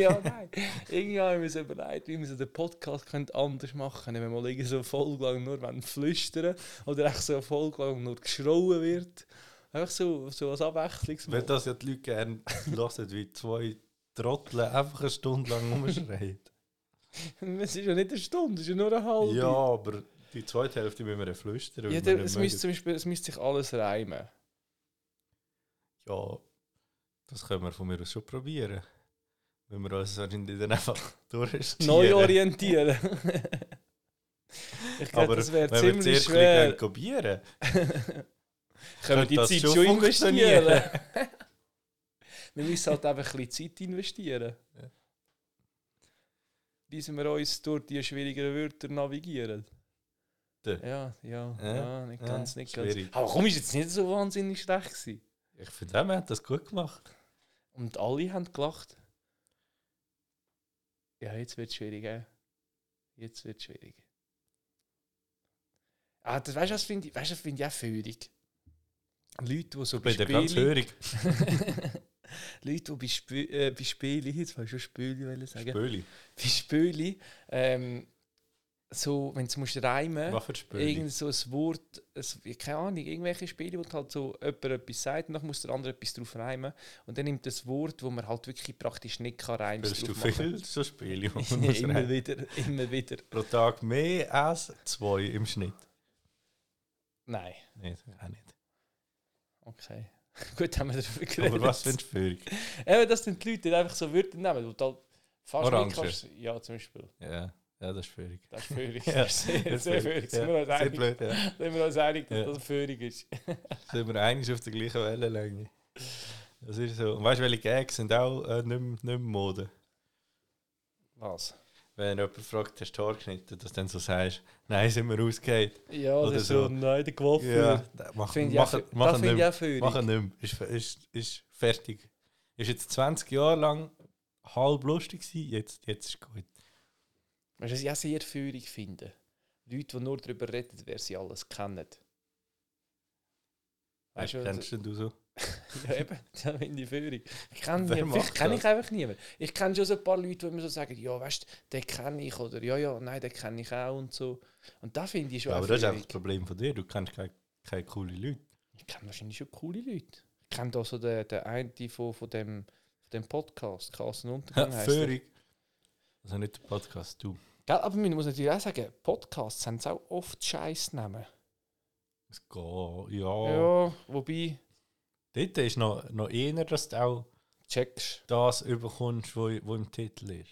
[SPEAKER 1] ja, nein. Irgendwie haben wir uns überlegt, wie wir so den Podcast könnte anders machen können. Wenn wir mal irgendwie so eine Folge lang nur wollen flüstern oder echt so eine Folge lang nur geschrauen wird. Einfach so, so als
[SPEAKER 2] Wenn
[SPEAKER 1] Abwechslungsmittel.
[SPEAKER 2] das ja die Leute gerne hören, wie zwei Trottel einfach eine Stunde lang rumschreien.
[SPEAKER 1] Es ist ja nicht eine Stunde, es ist ja nur eine halbe.
[SPEAKER 2] Ja, aber die zweite Hälfte müssen wir dann flüstern.
[SPEAKER 1] Ja,
[SPEAKER 2] weil
[SPEAKER 1] dann-
[SPEAKER 2] wir
[SPEAKER 1] es,
[SPEAKER 2] nicht
[SPEAKER 1] müsste zum Beispiel, es müsste sich alles reimen.
[SPEAKER 2] mögen. ja, das können wir von mir aus schon probieren. Wenn wir uns wahrscheinlich dann einfach durchstehen.
[SPEAKER 1] Neu orientieren. ich glaube,
[SPEAKER 2] Aber
[SPEAKER 1] das wäre
[SPEAKER 2] wenn wir
[SPEAKER 1] ziemlich
[SPEAKER 2] zuerst
[SPEAKER 1] schwer.
[SPEAKER 2] probieren,
[SPEAKER 1] Können wir die
[SPEAKER 2] das
[SPEAKER 1] Zeit
[SPEAKER 2] schon
[SPEAKER 1] schon investieren?
[SPEAKER 2] funktionieren.
[SPEAKER 1] wir müssen halt einfach ein bisschen Zeit investieren.
[SPEAKER 2] Ja.
[SPEAKER 1] Bis wir uns durch die schwierigeren Wörter navigieren.
[SPEAKER 2] Da.
[SPEAKER 1] Ja, ja, ja,
[SPEAKER 2] Ja,
[SPEAKER 1] nicht
[SPEAKER 2] ja,
[SPEAKER 1] ganz, nicht ganz.
[SPEAKER 2] schwierig.
[SPEAKER 1] Aber komm, ist jetzt nicht so wahnsinnig schlecht gewesen.
[SPEAKER 2] ich finde, auch, wir haben das gut gemacht.
[SPEAKER 1] Und alle haben gelacht. Ja, jetzt wird es schwierig, gell? Jetzt wird es schwierig. Ah, das, weißt du, das finde ich, weißt, du, das finde ich auch führig. Leute, die so
[SPEAKER 2] Ich bin da ganz hörig.
[SPEAKER 1] Leute, die bei, Spü äh, bei Spielen, jetzt wollte ich schon Spüli wollen sagen,
[SPEAKER 2] Spöli.
[SPEAKER 1] bei Spüli ähm, so, wenn du musst reimen
[SPEAKER 2] Was für Spüle?
[SPEAKER 1] irgend so ein Wort, ein, keine Ahnung, irgendwelche Spiele, wo du halt so jemand etwas sagt und dann muss der andere etwas drauf reimen. Und dann nimmt das Wort, wo man halt wirklich praktisch nicht kann reimen
[SPEAKER 2] Willst du viel so Spiele? wo man muss
[SPEAKER 1] immer
[SPEAKER 2] rein?
[SPEAKER 1] wieder, immer wieder.
[SPEAKER 2] Pro Tag mehr als zwei im Schnitt.
[SPEAKER 1] Nein,
[SPEAKER 2] Nein, auch nicht.
[SPEAKER 1] okay. Gut, haben wir darüber geredet.
[SPEAKER 2] Aber was für eine Spürung?
[SPEAKER 1] Eben, das sind die Leute, die einfach so Wörter nehmen, wo du halt fast
[SPEAKER 2] Orange.
[SPEAKER 1] nicht kannst. Ja, zum Beispiel.
[SPEAKER 2] Ja, ja das ist Spürung.
[SPEAKER 1] Das ist Führung.
[SPEAKER 2] Ja,
[SPEAKER 1] das ist
[SPEAKER 2] Ja,
[SPEAKER 1] sehr Führung. Sind wir uns
[SPEAKER 2] Sehr
[SPEAKER 1] einig-
[SPEAKER 2] blöd, ja.
[SPEAKER 1] sind wir uns einig, dass
[SPEAKER 2] Ja.
[SPEAKER 1] das Führung ist?
[SPEAKER 2] Sind wir eigentlich auf der gleichen Wellenlänge. Das ist so. Und weißt du, welche Gags sind auch äh, nicht, mehr, nicht mehr Mode?
[SPEAKER 1] Was?
[SPEAKER 2] Wenn jemand fragt, hast du Tor geschnitten, dass du dann so sagst, nein, sind wir ausgeht.
[SPEAKER 1] Ja,
[SPEAKER 2] Oder
[SPEAKER 1] das ist
[SPEAKER 2] so.
[SPEAKER 1] so, nein, der Gewalt.
[SPEAKER 2] Ja, mach, mach,
[SPEAKER 1] Finde ich auch,
[SPEAKER 2] mach,
[SPEAKER 1] das finde
[SPEAKER 2] nicht
[SPEAKER 1] ich
[SPEAKER 2] mehr.
[SPEAKER 1] auch Führung.
[SPEAKER 2] Mach nicht mehr. Ist, ist, ist fertig. Ist jetzt 20 Jahre lang halb lustig gewesen, jetzt, jetzt ist gut.
[SPEAKER 1] Weißt du, was ich auch sehr feurig finde? Leute, die nur darüber reden, wer sie alles kennen. Weißt du, also,
[SPEAKER 2] Kennst du so?
[SPEAKER 1] ja, eben, das finde ich feurig. Ich kenne
[SPEAKER 2] Wer
[SPEAKER 1] niemanden.
[SPEAKER 2] macht
[SPEAKER 1] Vielleicht kenne
[SPEAKER 2] das?
[SPEAKER 1] ich einfach niemanden. Ich kenne schon so ein paar Leute, die immer so sagen, ja, weißt du, den kenne ich oder ja, ja, nein, den kenne ich auch und so. Und das finde ich schon
[SPEAKER 2] Ja,
[SPEAKER 1] auch
[SPEAKER 2] aber das ist einfach
[SPEAKER 1] feurig.
[SPEAKER 2] das Problem von dir. Du kennst keine, keine coole Leute.
[SPEAKER 1] Ich kenne wahrscheinlich schon coole Leute. Ich kenne da so den, den einen von, von, dem, von dem Podcast, Kassen Untergang heisst er.
[SPEAKER 2] Völlig. Also nicht der Podcast, du.
[SPEAKER 1] Gell, aber man muss natürlich auch sagen, Podcasts haben auch oft Scheißnamen.
[SPEAKER 2] Es geht. Ja.
[SPEAKER 1] Ja, wobei,
[SPEAKER 2] Dort ist noch, noch eher, dass du auch
[SPEAKER 1] checkst.
[SPEAKER 2] das überkommst, was wo, wo im Titel ist.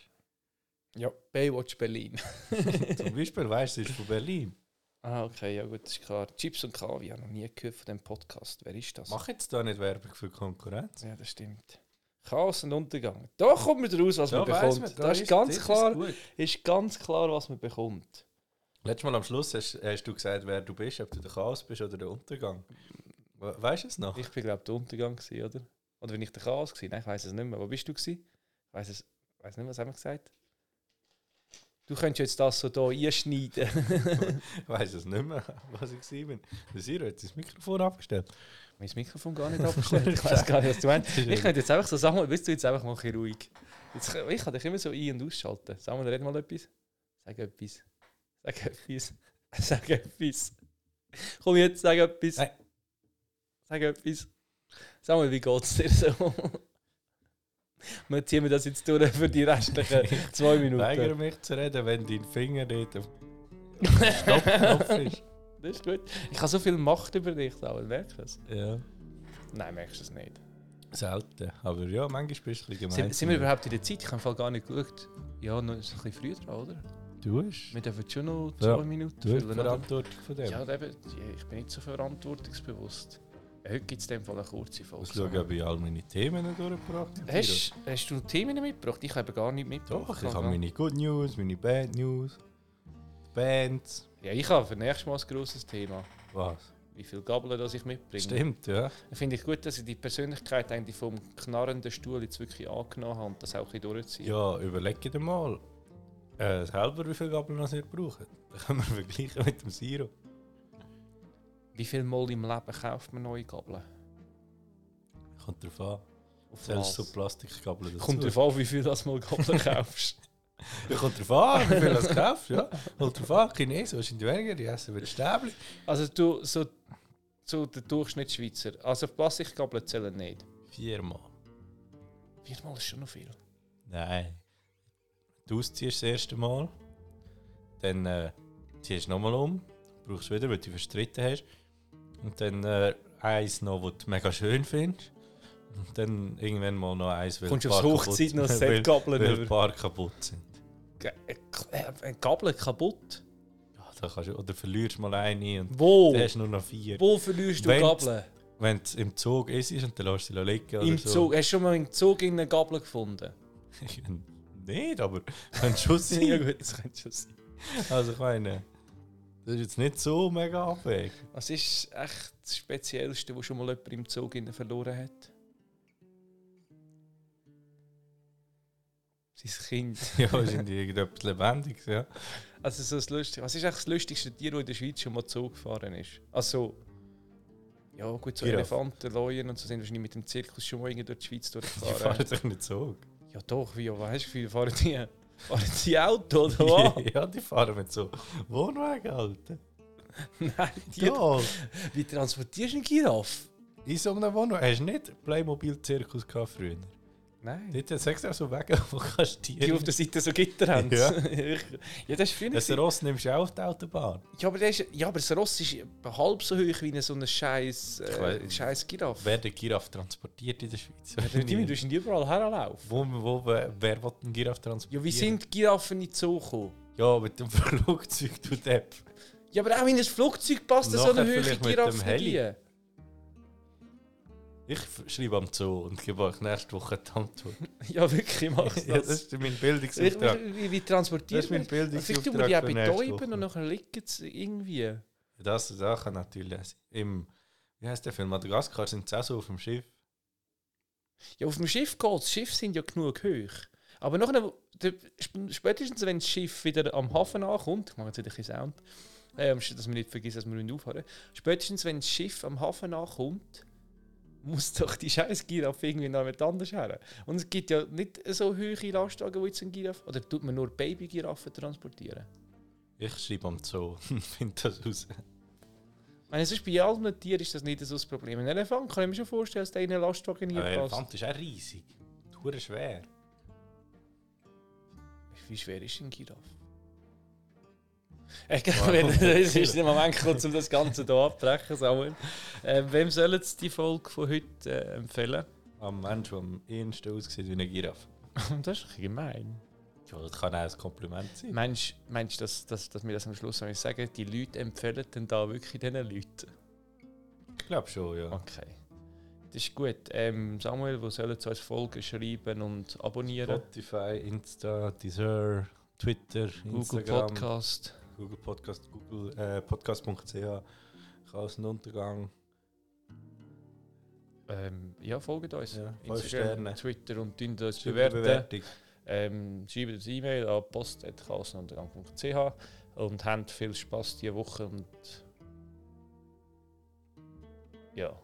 [SPEAKER 1] Ja, Baywatch Berlin.
[SPEAKER 2] Zum Beispiel, weißt du, es ist von Berlin.
[SPEAKER 1] ah, okay, ja gut, ist klar. Chips und Kaviar, noch nie gehört von dem Podcast. Wer ist das?
[SPEAKER 2] Mach jetzt da nicht Werbung für Konkurrenz.
[SPEAKER 1] Ja, das stimmt. Chaos und Untergang. Da kommt man raus, was man
[SPEAKER 2] weiss
[SPEAKER 1] bekommt. da ist, ganz
[SPEAKER 2] das
[SPEAKER 1] klar,
[SPEAKER 2] gut.
[SPEAKER 1] ist ganz klar, was man bekommt.
[SPEAKER 2] Letztes Mal am Schluss hast, hast du gesagt, wer du bist, ob du der Chaos bist oder der Untergang. We weißt du es noch?
[SPEAKER 1] Ich bin, glaube der Untergang, gewesen, oder? Oder bin ich der Chaos? Gewesen? Nein, ich weiß es nicht mehr. Wo bist du? Gewesen? Ich weiß es ich weiss nicht mehr, was haben wir gesagt? Du könntest jetzt das so hier einschneiden.
[SPEAKER 2] Ich weiß es nicht mehr, was ich gewesen bin. Der Siro hat das Mikrofon abgestellt.
[SPEAKER 1] mein Mikrofon gar nicht abgestellt. Ich weiß gar nicht, was du meinst. Ich könnte jetzt einfach so sagen, bist du jetzt einfach mal ein bisschen ruhig. Jetzt, ich kann dich immer so ein- und ausschalten. Sag mal, red mal etwas. Sag etwas. Sag etwas. Sag etwas. Komm jetzt, sag etwas.
[SPEAKER 2] Nein.
[SPEAKER 1] Sag etwas. Sag mal, wie geht's dir so? Wir ziehen das jetzt durch für die restlichen zwei
[SPEAKER 2] Ich weigere
[SPEAKER 1] Minuten.
[SPEAKER 2] mich zu reden, wenn dein Finger nicht auf dem Stoppknopf ist.
[SPEAKER 1] Das ist gut. Ich habe so viel Macht über dich, Samuel. Merkst du das?
[SPEAKER 2] Ja,
[SPEAKER 1] Nein, merkst du es nicht.
[SPEAKER 2] selten. Aber ja, manchmal bist du ein bisschen gemein.
[SPEAKER 1] Sind, sind wir überhaupt in der Zeit? Ich habe im Fall gar nicht geschaut. Ja, noch ist es ein bisschen früher dran, oder?
[SPEAKER 2] Du hast.
[SPEAKER 1] Wir dürfen schon noch zwei
[SPEAKER 2] Ja,
[SPEAKER 1] Minuten
[SPEAKER 2] Du hast die
[SPEAKER 1] füllen, oder?
[SPEAKER 2] Verantwortung von dem.
[SPEAKER 1] Ja, eben, ja, ich bin nicht so verantwortungsbewusst. Heute gibt es in dem Fall eine kurze
[SPEAKER 2] Ich
[SPEAKER 1] Folge.
[SPEAKER 2] muss schauen, ob ich all meine Themen noch durchgebracht habe.
[SPEAKER 1] hast, hast du Themen mitgebracht? Ich habe gar nicht mitgebracht.
[SPEAKER 2] Doch, ich habe meine Good News, meine Bad News, Bands.
[SPEAKER 1] ja, ich habe für nächstes Mal ein grosses Thema.
[SPEAKER 2] Was?
[SPEAKER 1] Wie viel Gabeln das ich mitbringe.
[SPEAKER 2] Stimmt, ja.
[SPEAKER 1] Da finde ich gut, dass ich die Persönlichkeit eigentlich vom knarrenden Stuhl jetzt wirklich angenommen habe und das auch ein bisschen durchziehe.
[SPEAKER 2] Ja, überleg dir mal äh, selber, wie viele Gabeln das ihr braucht. Dann können wir vergleichen mit dem Siro.
[SPEAKER 1] Wie viel Mal im Leben kauft man neue Gabeln?
[SPEAKER 2] Kommt drauf an.
[SPEAKER 1] Auf
[SPEAKER 2] Zählst du
[SPEAKER 1] was?
[SPEAKER 2] so Plastikgabeln dazu?
[SPEAKER 1] Kommt drauf an, wie viel das mal Gabeln kaufst.
[SPEAKER 2] Ja, kommt drauf an, wie viel das kaufst. Ja. Kommt drauf an, Chinesen wahrscheinlich weniger, die essen wieder Stäbchen.
[SPEAKER 1] Also du, so, so der Durchschnittsschweizer. Also Plastikgabeln zählen nicht.
[SPEAKER 2] Viermal.
[SPEAKER 1] Viermal ist schon noch viel.
[SPEAKER 2] Nein. Du ziehst das erste Mal, dann äh, ziehst du nochmal um, brauchst wieder, weil du verstritten hast. Und dann äh, eins noch, das du mega schön findest. Und dann irgendwann mal noch eins, weil
[SPEAKER 1] Kommst
[SPEAKER 2] ein
[SPEAKER 1] du aufs
[SPEAKER 2] paar
[SPEAKER 1] Hochzeit
[SPEAKER 2] kaputt-
[SPEAKER 1] noch ein
[SPEAKER 2] weil,
[SPEAKER 1] Set Gabeln
[SPEAKER 2] weil ein
[SPEAKER 1] über?
[SPEAKER 2] paar kaputt sind.
[SPEAKER 1] eh, Ein Gabel kaputt?
[SPEAKER 2] Ja, da kannst du, oder verlierst mal eine und
[SPEAKER 1] Wo?
[SPEAKER 2] dann hast du nur noch vier.
[SPEAKER 1] Wo verlierst du
[SPEAKER 2] Wenn's-
[SPEAKER 1] Gabeln?
[SPEAKER 2] Wenn es im Zug ist, ist und dann lässt du sie liegen oder
[SPEAKER 1] Im
[SPEAKER 2] so.
[SPEAKER 1] Zug. Hast du schon mal im Zug in eine Gabel gefunden?
[SPEAKER 2] Nicht, aber könnte schon
[SPEAKER 1] Ja,
[SPEAKER 2] sein.
[SPEAKER 1] gut, das könnte schon sein.
[SPEAKER 2] also ich meine, das ist jetzt nicht so mega abweg.
[SPEAKER 1] Was ist echt das Speziellste, was schon mal jemand im Zug innen verloren hat? Sein Kind.
[SPEAKER 2] Ja, wahrscheinlich irgendetwas Lebendiges, ja.
[SPEAKER 1] Also so das Lustige. Was ist eigentlich das lustigste Tier, das in der Schweiz schon mal Zug gefahren ist? Also, ja gut, so
[SPEAKER 2] Giraffe.
[SPEAKER 1] Elefanten, Leuen und so sind wahrscheinlich mit dem Zirkus schon mal irgendwo durch die Schweiz
[SPEAKER 2] Die fahren
[SPEAKER 1] durchgefahren.
[SPEAKER 2] doch nicht Zug.
[SPEAKER 1] ja doch, wie ja, weißt du, wie viele fahren die? Fahren die Auto oder was?
[SPEAKER 2] ja, die fahren mit so Wohnwagen, Alter.
[SPEAKER 1] Nein, die,
[SPEAKER 2] Ja.
[SPEAKER 1] Wie transportierst du einen Giraffe?
[SPEAKER 2] In so einem Wohnwagen. Hast du nicht Playmobil-Zirkus gehabt früher?
[SPEAKER 1] Nein.
[SPEAKER 2] Nicht jetzt extra so Wagen, wo kannst du
[SPEAKER 1] Die auf der Seite so Gitter haben.
[SPEAKER 2] Ja.
[SPEAKER 1] ja, das ist früher
[SPEAKER 2] Das
[SPEAKER 1] gewesen.
[SPEAKER 2] Ross nimmst du auch auf die Autobahn.
[SPEAKER 1] Ja, aber das, ist, ja, aber das Ross ist halb so hoch wie ein so ein scheiß
[SPEAKER 2] Ich
[SPEAKER 1] äh,
[SPEAKER 2] weiß-
[SPEAKER 1] scheiß Giraffe.
[SPEAKER 2] Werden Giraffe transportiert in der Schweiz?
[SPEAKER 1] Timmy, du musst nicht überall herlaufen.
[SPEAKER 2] Wo, wo, wer wer will einen Giraffe transportieren?
[SPEAKER 1] Ja, wie sind die Giraffen in die Zoo gekommen?
[SPEAKER 2] Ja, mit dem Flugzeug, du Depp.
[SPEAKER 1] Ja, aber auch in ein Flugzeug passt so eine
[SPEAKER 2] Nachher
[SPEAKER 1] hohe
[SPEAKER 2] vielleicht mit
[SPEAKER 1] Giraffe
[SPEAKER 2] dem
[SPEAKER 1] nicht
[SPEAKER 2] Heli.
[SPEAKER 1] rein.
[SPEAKER 2] Ich f- schreibe am Zoo und gebe euch nächste Woche die Antwort.
[SPEAKER 1] Ja, wirklich, machst du
[SPEAKER 2] Ja,
[SPEAKER 1] das.
[SPEAKER 2] das ist mein
[SPEAKER 1] Ich-
[SPEAKER 2] Bildungsauftrag.
[SPEAKER 1] wie, wie
[SPEAKER 2] Das
[SPEAKER 1] transportiert
[SPEAKER 2] ist mein
[SPEAKER 1] man? Vielleicht tun wir
[SPEAKER 2] Bildungsauftrag
[SPEAKER 1] die auch
[SPEAKER 2] für nächste
[SPEAKER 1] betäuben
[SPEAKER 2] Woche.
[SPEAKER 1] und nachher liegen sie irgendwie.
[SPEAKER 2] Das, das kann natürlich sein. Im, wie heißt der Film? Madagaskar sind sie auch so auf dem Schiff.
[SPEAKER 1] Ja, auf dem Schiff geht Das Schiffe sind ja genug hoch. Aber nachher, der- sp- spätestens wenn das Schiff wieder am Hafen ankommt, ich mache jetzt wieder ein bisschen Sound, ähm, dass wir nicht vergessen, dass wir müssen aufhören Spätestens wenn das Schiff am Hafen ankommt, muss doch die scheiß Giraffe irgendwie noch jemand anders her. Und es gibt ja nicht so hohe Lastwagen, wo jetzt ein Giraffe... Oder tut man nur Babygiraffen transportieren?
[SPEAKER 2] Ich schreibe am Zoo und finde das raus.
[SPEAKER 1] Ich meine, sonst bei allen Tieren ist das nicht so das Problem. Ein Elefant kann ich mir schon vorstellen, dass der in einen Lastwagen hier
[SPEAKER 2] Aber der
[SPEAKER 1] passt.
[SPEAKER 2] Elefant ist auch riesig. Hure schwer.
[SPEAKER 1] Wie schwer ist ein Giraffe? Ich glaube, das ist der Moment gekommen, um das Ganze hier abbrechen, Samuel. Ähm, wem sollen Sie die Folge von heute äh, empfehlen?
[SPEAKER 2] Am Mensch, der am ehesten aussieht wie eine Giraffe.
[SPEAKER 1] das ist ein bisschen gemein.
[SPEAKER 2] Ja, das kann auch ein Kompliment sein.
[SPEAKER 1] Meinst meinst du, dass, dass, dass wir das am Schluss sollen sagen, die Leute empfehlen denn da wirklich diesen Leuten?
[SPEAKER 2] Ich glaube schon, ja.
[SPEAKER 1] Okay. Das ist gut. Ähm, Samuel, wo sollen Sie uns Folgen schreiben und abonnieren?
[SPEAKER 2] Spotify, Insta, Deezer, Twitter,
[SPEAKER 1] Google
[SPEAKER 2] Instagram,
[SPEAKER 1] Podcast.
[SPEAKER 2] Google Podcast, Google äh, Podcast.ch, Chaos und Untergang.
[SPEAKER 1] Ähm, ja, folgt uns.
[SPEAKER 2] Ja, fünf Sterne.
[SPEAKER 1] Instagram, Twitter und tun das
[SPEAKER 2] Schreibt eine
[SPEAKER 1] bewerten.
[SPEAKER 2] Bewertung.
[SPEAKER 1] Ähm, schreibt uns E-Mail an post.chaosenuntergang.ch und habt viel Spaß diese Woche und ja.